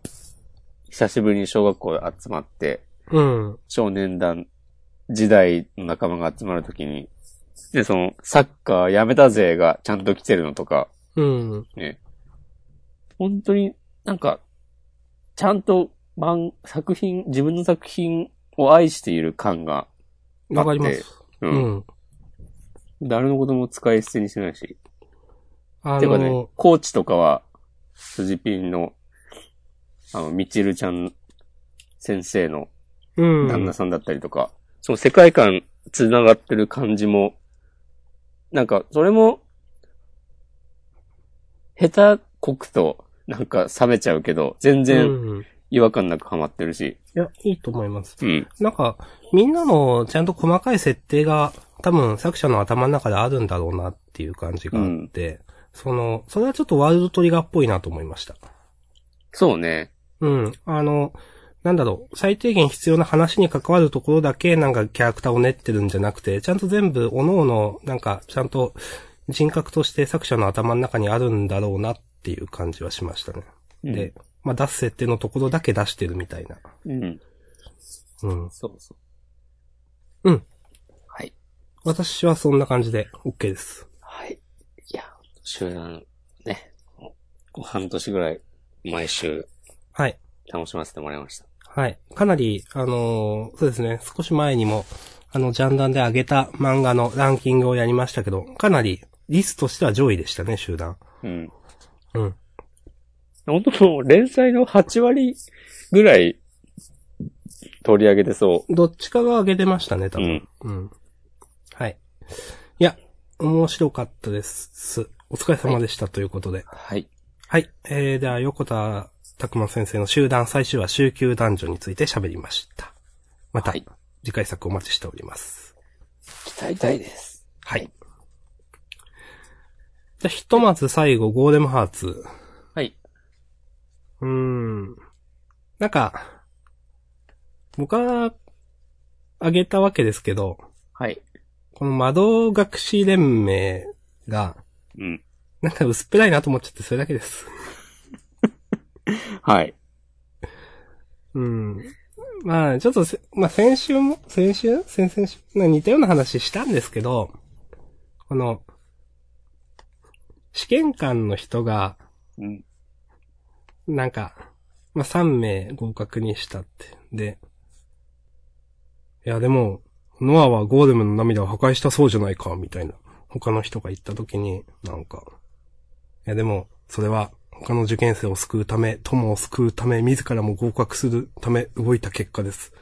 A: 久しぶりに小学校集まって、
B: うん。
A: 少年団時代の仲間が集まるときに、で、その、サッカーやめたぜがちゃんと来てるのとか、
B: うん。
A: 本当になんか、ちゃんと漫、作品、自分の作品を愛している感が、
B: わかりま
A: だっ
B: す。
A: う。
B: うんん。
A: 誰のことも使い捨てにしないし。
B: あ
A: てかね
B: の、、
A: コーチとかは、辻ピンの、あの、みちるちゃん先生の
B: うん。
A: 旦那さんだったりとか、その世界観繋がってる感じも、なんか、それも、下手こくと、なんか冷めちゃうけど、全
B: う
A: 然
B: ん。い
A: 違和感なくハマってるし。
B: や、いいと思います。
A: うん。
B: なんか、みんなのちゃんと細かい設定が、多分作者の頭の中であるんだろうなっていう感じがあって、その、それはちょっとワールドトリガーっぽいなと思いました。
A: そうね。
B: うん。あの、なんだろう、最低限必要な話に関わるところだけなんかキャラクターを練ってるんじゃなくて、ちゃんと全部、おのの、なんか、ちゃんと人格として作者の頭の中にあるんだろうなっていう感じはしましたね。
A: うん
B: で、まあ出す設定のところだけ出してるみたいな。
A: うん。
B: うん。
A: そうそう。
B: 私はそんな感じで OK です。
A: はい。いや、週段ね、こう半年ぐらい、毎週、
B: はい。
A: 楽しませてもらいました。
B: はい。かなり、あのーそうですね、少し前にも、あの、ジャンダンで上げた漫画のランキングをやりましたけど、かなり、リストとしては上位でしたね、集団。
A: うん。
B: うん。
A: 本当もう連載の8割ぐらい、取り上げてそ
B: どっちかが上げてましたね、多
A: う。う
B: 分。
A: ん。
B: うん。はい。いや、面白かったです。お疲れ様でした、ということで。
A: はい。
B: はい。えー、では、横田拓馬先生の集団最終話、週休男女について喋りました。また、
A: はい
B: 次回作お待ちしております。
A: 期待大です。
B: はい。じゃあ、ひとまず最後、ゴーレムハーツ。
A: はい。
B: うーん。なんか、僕は、あげたわけですけど、
A: はい。
B: この窓学士連盟が、
A: うん。
B: なんか薄っぺらいなと思っちゃってそれだけです。
A: はい。
B: うん。まあ、ちょっとせ、まあ先週も、先週先々週な似たような話したんですけど、この、試験官の人が、
A: うん。
B: なんか、まあ、3名合格にしたって。で、いや、でも、ノアはゴーレムの涙を破壊したそうじゃないか、みたいな。他の人が言った時に、なんか、いや、でも、それは、他の受験生を救うため、友を救うため、自らも合格するため動いた結果です。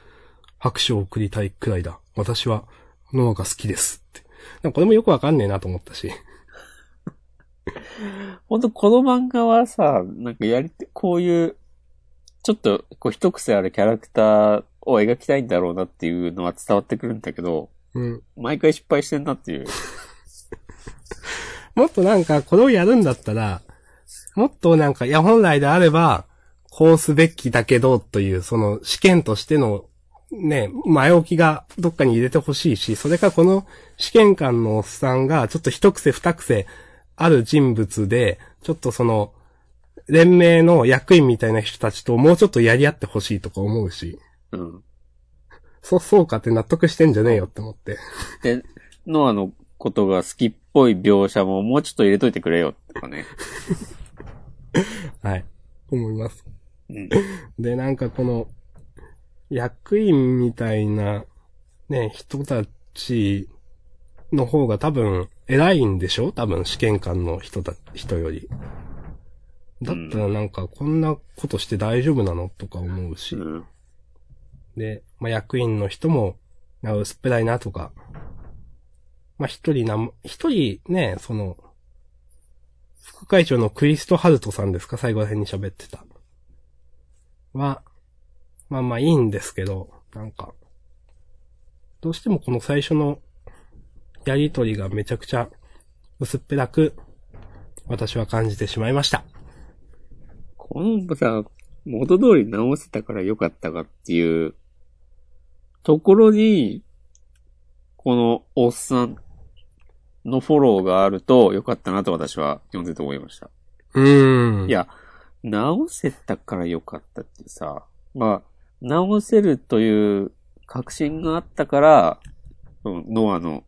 B: 拍手を送りたいくらいだ。私は、ノアが好きです。って。でもこれもよくわかんねえなと思ったし。
A: 本当この漫画はさ、なんかやりて、こういう、ちょっと、こう一癖あるキャラクターを描きたいんだろうなっていうのは伝わってくるんだけど、
B: うん。
A: 毎回失敗してんなっていう。
B: もっとなんか、これをやるんだったら、もっとなんか、いや、本来であれば、こうすべきだけど、という、その、試験としての、ね、前置きがどっかに入れてほしいし、それかこの試験官のおっさんが、ちょっと一癖二癖ある人物で、ちょっとその、連盟の役員みたいな人たちともうちょっとやり合ってほしいとか思うし、
A: うん。
B: そ、そうかって納得してんじゃねえよって思って。
A: で、ノアのことが好きっぽい描写ももうちょっと入れといてくれよ、とかね。
B: はい。思います。
A: うん。
B: で、なんかこの、役員みたいな、ね、人たちの方が多分、偉いんでしょ多分、試験官の人だ、人より。だったらなんか、こんなことして大丈夫なのとか思うし。
A: うん。
B: で、まあ、役員の人も、なんか薄っぺらいなとか、まあ、一人なんも、一人ね、その、副会長のクリスト・ハルトさんですか最後ら辺に喋ってた。は、まあまあいいんですけど、なんか、どうしてもこの最初のやりとりがめちゃくちゃ薄っぺらく、私は感じてしまいました。
A: このさ、元通り直せたから良かったかっていう、ところに、このおっさんのフォローがあると良かったなと私は読んでて思いました。
B: うーん。
A: いや、直せたから良かったってさ、まあ、直せるという確信があったから、そのノアの、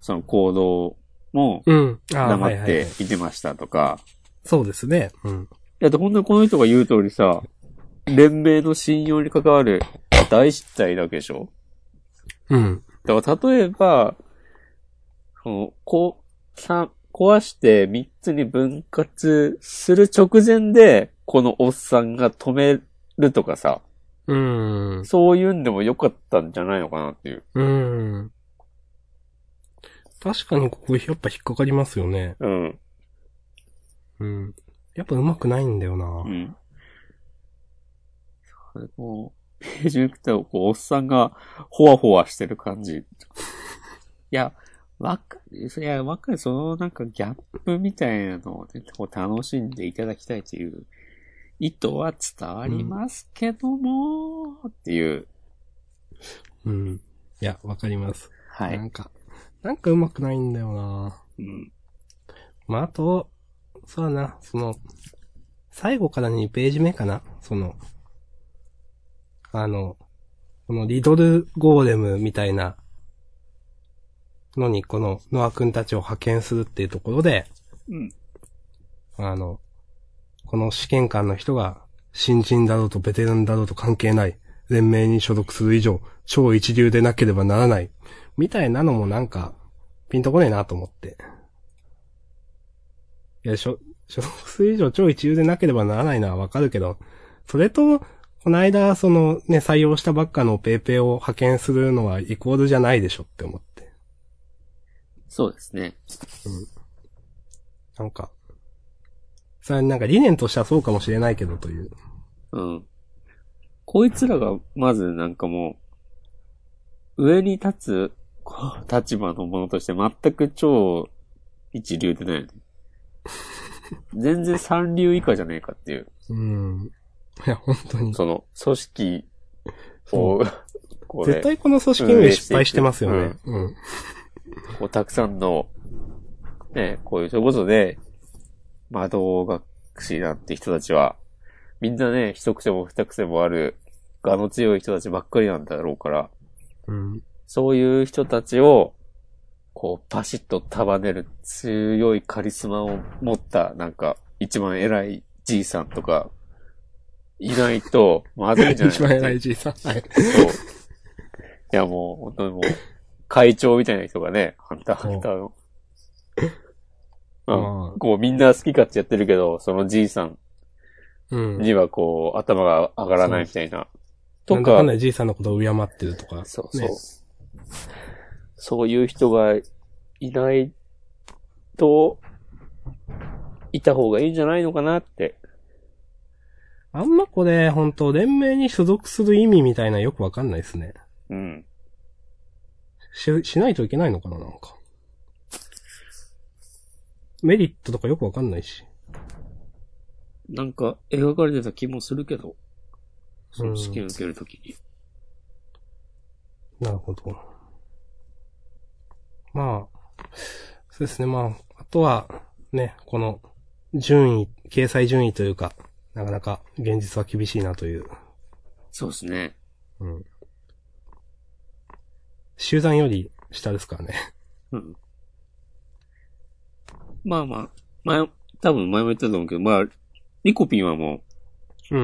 A: その行動も
B: うん。あー
A: 黙
B: はい
A: っ
B: はいは
A: て
B: い。
A: 見てましたとか、
B: そうですね。うん。
A: だって本当にこの人が言う通りさ、連盟の信用に関わる大失態だけでしょ
B: うん。
A: だから例えば、その、こう、さ、壊して3つに分割する直前で、このおっさんが止めるとかさ、
B: うん。
A: そういうんでもよかったんじゃないのかなっていう。
B: うん。確かにここやっぱ引っかかりますよね。
A: うん。
B: うん。やっぱ上手くないんだよな。
A: うん。それこう、ページめくったら、こう、おっさんが、ほわほわしてる感じ。いや、わか、いや、わかる、その、なんか、ギャップみたいなのをね、こう、楽しんでいただきたいという、意図は伝わりますけども、っていう、
B: うん。いや、わかります。
A: は。
B: ないんか、なんか上手くないんだよな。
A: うん。
B: まあ、あと、そうだな、その、最後から2ページ目かなその、あの、このリドルゴーレムみたいなのに、このノア君たちを派遣するっていうところで、
A: うん。
B: あの、この試験官の人が、新人だろうとベテランだろうと関係ない。連盟に所属する以上、超一流でなければならない。みたいなのもなんか、ピンとこねえなと思って。いや、所、 所属する以上超一流でなければならないのはわかるけど、それと、この間、そのね、採用したばっかのペーペーを派遣するのはイコールじゃないでしょって思って。
A: そうですね。
B: なんか、それはなんか理念としてはそうかもしれないけどという。
A: うん。こいつらが、まずなんかもう、上に立つ、こう、立場のものとして全く超一流でないよね。全然三流以下じゃねえかっていう。
B: うん。いや、本当に。
A: その、組織を、こ
B: 絶
A: れ、
B: 対この組織運営失敗してますよね。うん。
A: こう、たくさんの、ね、こういう、そういうことで、魔導学士なんて人たちは、みんなね、一癖も二癖もある、我の強い人たちばっかりなんだろうから、
B: うん。
A: そういう人たちを、こう、パシッと束ねる強いカリスマを持った、なんか、一番偉いじいさんとか、いない と、まずいんじゃない
B: 一番偉い
A: じ
B: じいさん。はい。
A: そう。いや、もう、本当にもう、会長みたいな人がね、ハンター、ハンターの。うん。
B: ま
A: こう、みんな好き勝手やってるけど、そのじいさん
B: あ、うん。
A: にはこう、頭が上がらないみたいな。と
B: なんだ
A: か
B: かん、ないじいさんのことを敬ってるとか。
A: そうそう。
B: ね
A: そういう人がいないと、いた方がいいんじゃないのかなって。
B: あんまこれ、本当連盟に所属する意味みたいなよくわかんないですね。
A: うん。
B: し、しないといけないのかな、なんか。メリットとかよくわかんないし。
A: なんか、描かれてた気もするけど、その試験受けるときに。
B: なるほど。まあ、そうですね。まあ、あとは、ね、この、順位、掲載順位というか、なかなか現実は厳しいなという。
A: そうですね。
B: うん。集団より下ですからね。
A: うん。まあまあ、前、多分前も言ったと思うけど、まあ、リコピンはも
B: うん。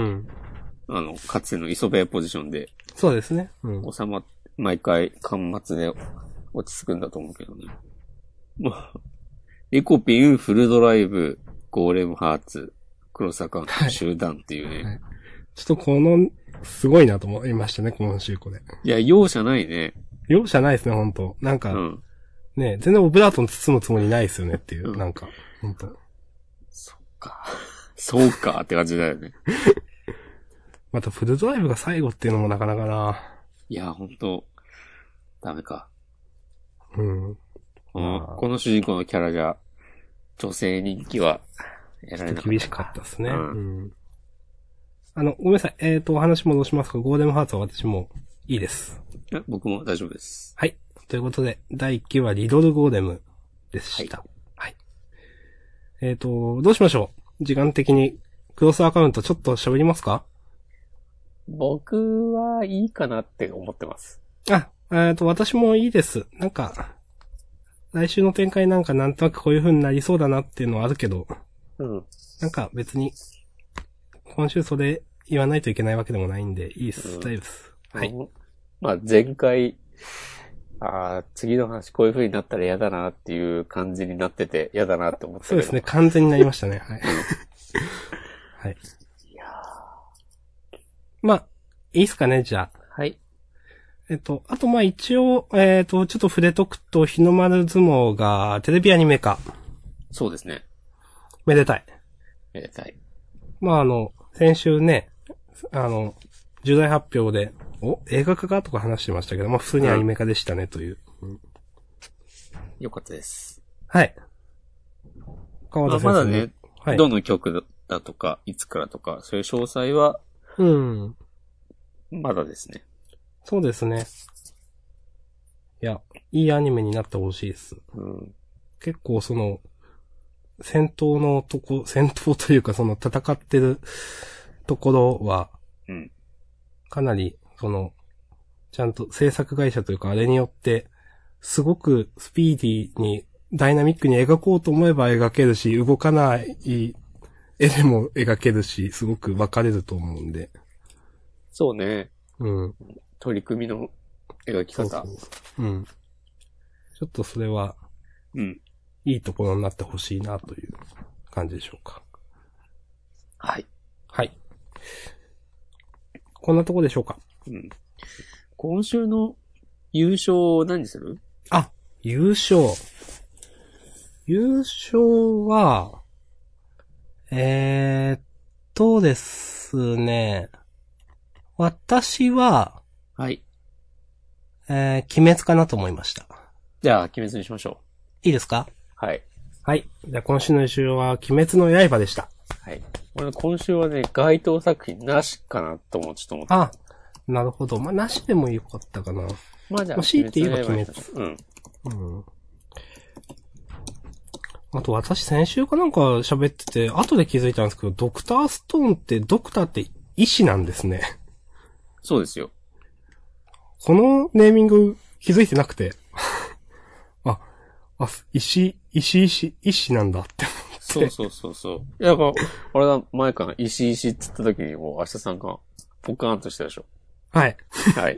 A: う、あの、かつての磯部ポジションで
B: そうですね。うん。
A: 収まっ、毎回、巻末で落ち着くんだと思うけどね。 まあ、リコピン、フルドライブ、ゴーレムハーツ、黒坂
B: はい
A: 集団っていうね。
B: はい
A: い、
B: ちょっとこの、すごいなと思いましたね、今週これ。
A: や、容赦ないね。
B: 容赦ないですね、本当なん
A: う
B: か、
A: ん。
B: ね、全然オブラートン包むつもりないですよねっていう、
A: うん
B: なんか、本当
A: そっか。そうかって感じだよね。
B: またフルドライブが最後っていうのもなかなかな。
A: いや、ほんと、ダメか。
B: うん。
A: この
B: まあ
A: この主人公のキャラじゃ、女性人気は、得られなかった。
B: 厳しかったですね。
A: うん
B: うんあの、ごめんなさい。えっ、と、お話戻しますが、ゴーデムハーツは私もいいです。
A: いや僕も大丈夫です。
B: はい。ということで、第1期はリドルゴーデムでした。はい。えっ、と、どうしましょう時間的に、クロスアカウントちょっと喋りますか
A: 僕はいいかなって思ってます。
B: あ、えっと、私もいいです。なんか、来週の展開なんかなんとなくこういう風になりそうだなっていうのはあるけど、
A: うん。
B: なんか別に、今週それ言わないといけないわけでもないんで、いい
A: う
B: っす。
A: ん
B: 大丈夫です。はい。。
A: まあ前回、ああ、次の話こういう風になったら嫌だなっていう感じになってて嫌だなって思って
B: そうですね。。完全になりました ね。はい。はい。
A: いや
B: まあ、いいっすかね、じゃあ。
A: はい。
B: えっと、あと、まあ、一応、えっと、ちょっと触れとくと、日の丸相撲がテレビアニメ化。
A: そうですね。
B: めでたい。
A: めでたい。
B: まあ、あの、先週ね、あの、重大発表で、お、映画化かとか話してましたけど、まあ、普通にアニメ化でしたね、という。
A: よかったです。
B: はい。川
A: まあ
B: 田先生。
A: まだね、、
B: はい。
A: どの曲だとか、いつからとか、そういう詳細は、
B: うん。
A: まだですね。
B: そうですね。いや、いいアニメになってほしいです。
A: うん。
B: 結構その、戦闘のとこ、 戦闘というかその戦ってるところは、
A: うん
B: かなり、その、ちゃんと制作会社というかあれによって、すごくスピーディーに、ダイナミックに描こうと思えば描けるし、動かない絵でも描けるし、すごく分かれると思うんで。
A: そうね。
B: うん。
A: 取り組みの描き
B: そう
A: 方。
B: そうそう。うん。ちょっとそれは、
A: うん。
B: いいところになってほしいなという感じでしょうか。
A: はい。
B: はい。こんなとこでしょうか。
A: うん。今週の優勝何する
B: あ、優勝。優勝は、えー、っとですね。私は、
A: はい。
B: えー、鬼滅かなと思いました。
A: じゃあ、鬼滅にしましょ
B: いいですか
A: う。はい。
B: はい。じゃあ今週の優勝は、鬼滅の刃でした。
A: はい。俺、今週はね、該当作品なしかなともちょっと思って。
B: あ、なるほど。まあ、なしでもよかったかな。
A: まあじゃあ、
B: まあ強いて言え
A: 鬼
B: ば
A: 滅の刃にしましょ
B: うん。あと私先週かなんか喋ってて、後で気づいたんですけど、ドクターストーンってドクターって医師なんですね。
A: う。うん。そうですよ。
B: このネーミング気づいてなくて。 あ、あ、石、石、石、医師なんだって。
A: そうそうそうそう。いや、だから、俺が前かな、石石って言った時に、もう、明日さんが、ポカーンとしたでしょ。
B: はい。
A: はい。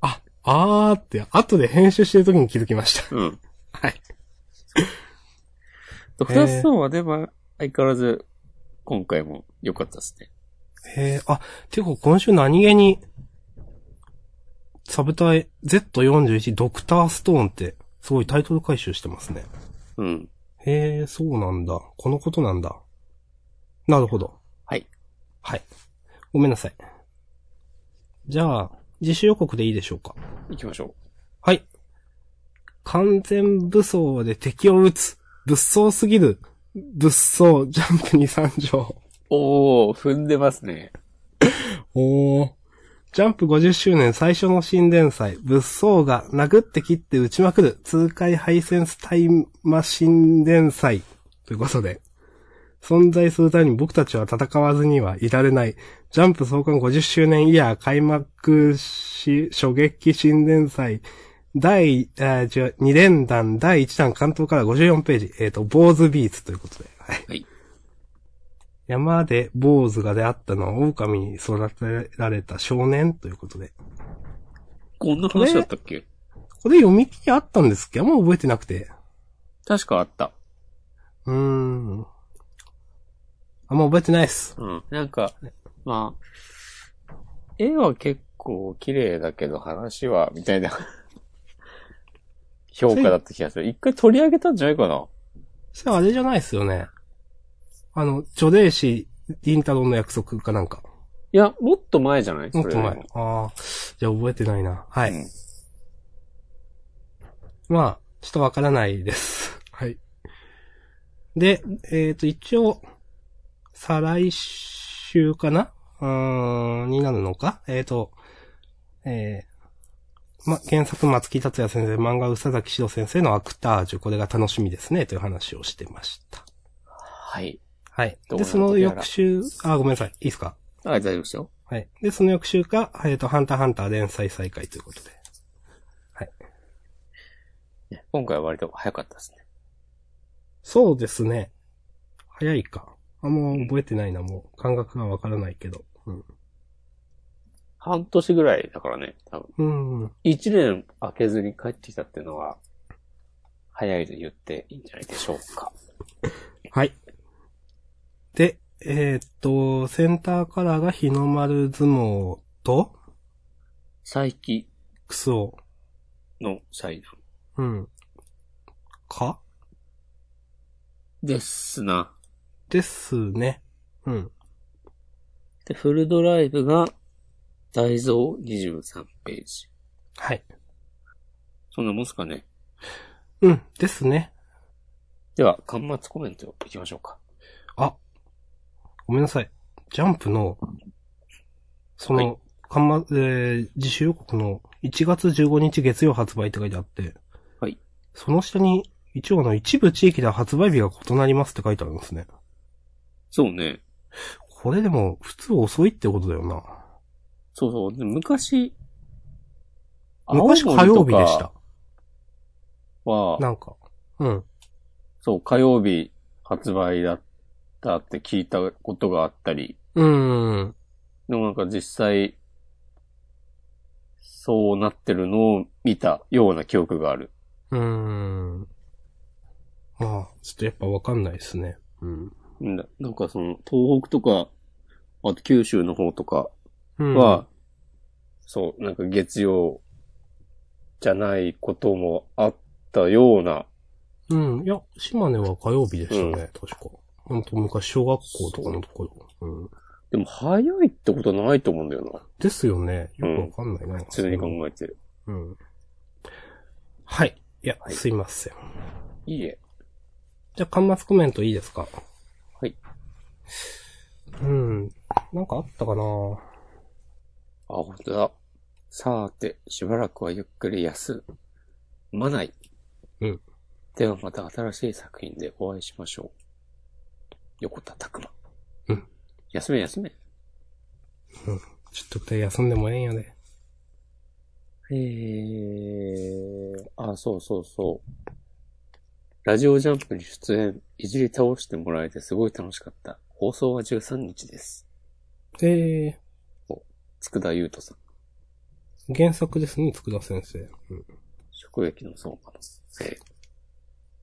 B: あ、あーって、後で編集してる時に気づきました。
A: うん。
B: はい。
A: ドクターストーンはね、まあ、相変わらず、今回も良かったですね。
B: へえ、あ、てか今週何気に、サブタイ Z41 ドクターストーンって、すごいタイトル回収してますね。
A: うん。
B: へえ、そうなんだ。このことなんだ。なるほど。
A: はい。
B: はい。ごめんなさい。じゃあ、自主予告でいいでしょうか。
A: 行きましょ
B: はい。完全武装で敵を撃つ。物騒すぎる。物騒、ジャンプに参上。
A: う。おー、踏んでますね。
B: おー。ジャンプ50周年最初の新連載、物騒が殴って切って打ちまくる、痛快ハイセンスタイマ新連載。ということで、存在するために僕たちは戦わずにはいられない、ジャンプ創刊50周年イヤー開幕し、初撃新連載、第、えー、違う2連弾第1弾関東から54ページ、えっ、と、坊主ビーツということで。はい
A: はい。
B: 山で坊主が出会ったのは狼に育てられた少年ということで。
A: こんな話だったっけ
B: これ読み切りあったんですっけどもう覚えてなくて。
A: 確かあった。
B: うーん。あんま覚えてないっす。
A: うん。なんか、まあ、絵は結構綺麗だけど話は、みた いな、評価だった気がする。一回取り上げたんじゃないかな
B: それあれじゃないっすよね。あの、女霊師、凛太郎の約束かなんか。
A: いや、もっと前じゃない
B: もっと
A: それ
B: 前
A: よりも。
B: ああ。じゃあ覚えてないな。はい。
A: うん
B: まあ、ちょっとわからないです。はい。で、えっ、と、一応、再来週かなうーん、になるのかえっ、と、えー、ま、原作松木達也先生、漫画宇佐崎史郎先生のアクタージュ、これが楽しみですね、という話をしてました。
A: はい。
B: はい。
A: どう
B: で、
A: なる
B: その
A: ことやら
B: 翌週、あ、ごめんなさい、いいですか
A: あ、大丈夫ですよ。
B: はい。で、その翌週か、えっ、と、ハンターハンター連載再開ということで。
A: ね今回は割と早かったですね。
B: そうですね。早いか。あんま覚えてないな、もう。感覚がわからないけど。
A: 半年ぐらいだからね、多分。
B: うん。うん。
A: 一年開けずに帰ってきたっていうのは、早いと言っていいんじゃないでしょうか。
B: はい。で、えーっと、センターカラーが日の丸相撲と、
A: 佐伯
B: クソ。
A: の財布。
B: うん。か
A: ですな。
B: ですね。うん。
A: で、フルドライブが、大蔵23ページ。
B: はい。
A: そんなもんすかね。
B: うん。ですね。
A: では、巻末コメントいきましょうか。
B: あ。ごめんなさい。ジャンプの、そ
A: はい
B: の、かんま、えー、自主予告の1月15日月曜発売って書いてあって。
A: はい。
B: その下に、一応あの、一部地域では発売日が異なりますって書いてあるんですね。
A: そうね。
B: これでも、普通遅いってことだよな。
A: そうそう。で昔、
B: 昔
A: 青
B: 火曜日でし
A: 森と
B: た。
A: かは、
B: なんか。うん。
A: そう、火曜日発売だったって聞いたことがあったり、
B: うーん。
A: でもなんか実際、そうなってるのを見たような記憶がある。
B: うーん。まあ、ちょっとやっぱわかんないですね。うん。
A: んだなんかその、東北とか、あと九州の方とか
B: うん
A: は、そう、なんか月曜じゃないこともあったような、
B: うん。いや、島根は火曜日でしたね、
A: うん
B: 確か。ほんと昔小学校とかのところ。うん。
A: でも早いってことないと思うんだよな。
B: ですよね。よくわかんないな。
A: 普通に考えて。
B: うん。はい。いや、
A: はい
B: すいません。
A: いいえ。
B: じゃあ、端末コメントいいですか
A: はい。
B: うん。なんかあったかな
A: あ、本当だ。さーて、しばらくはゆっくり休まない。
B: うん。
A: ではまた新しい作品でお会いしましょう。横田拓馬。
B: うん。
A: 休め休め。
B: ちょっと二人休んでもええんやで。
A: えー、あ、そうそうそう。ラジオジャンプに出演、いじり倒してもらえてすごい楽しかった。放送は13日です。
B: え
A: 佃田優斗さん、
B: ー、原作ですね、佃先生。うん。
A: 職撃の相馬の、えー、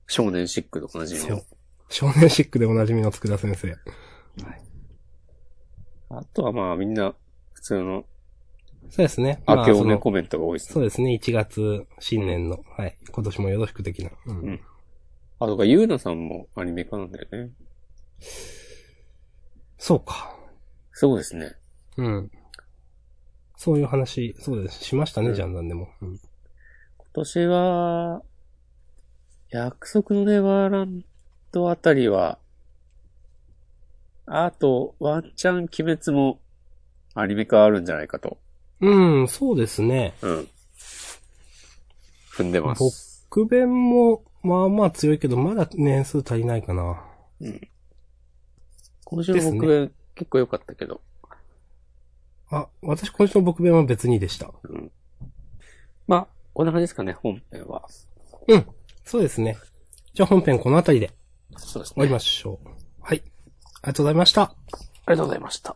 A: 少年シックでおなじみの。
B: 少年シックでおなじみの佃先生。
A: あとはまあみんな、普通の
B: そうですね。ま
A: 明
B: あ
A: け
B: そ
A: おめ
B: の
A: コメントが多いです
B: そ
A: ね。
B: うですね、1月、新年の、はい、今年もよろしく的な。うん。
A: うんあ、とか、ゆうなさんもアニメ化なんだよね。
B: そうか。
A: そうですね。
B: うん。そういう話、そうです。しましたね、
A: うん
B: ジャンダンでも。うん。
A: 今年は、約束のネバーランドあたりは、あと、ワンチャン鬼滅もアニメ化あるんじゃないかと。
B: うん、そうですね。
A: うん。踏んでます。
B: 僕弁も、まあまあ強いけど、まだ年数足りないかな。
A: 今週の僕、ね、結構良かったけど。
B: あ、私今週の僕弁は別にでした。
A: うん。まあ、こんな感じですかね、本編は。
B: うん。そうですね。じゃあ本編この辺りで
A: そうです
B: 終わり
A: ね。
B: ましょう。はい。ありがとうございました。
A: ありがとうございました。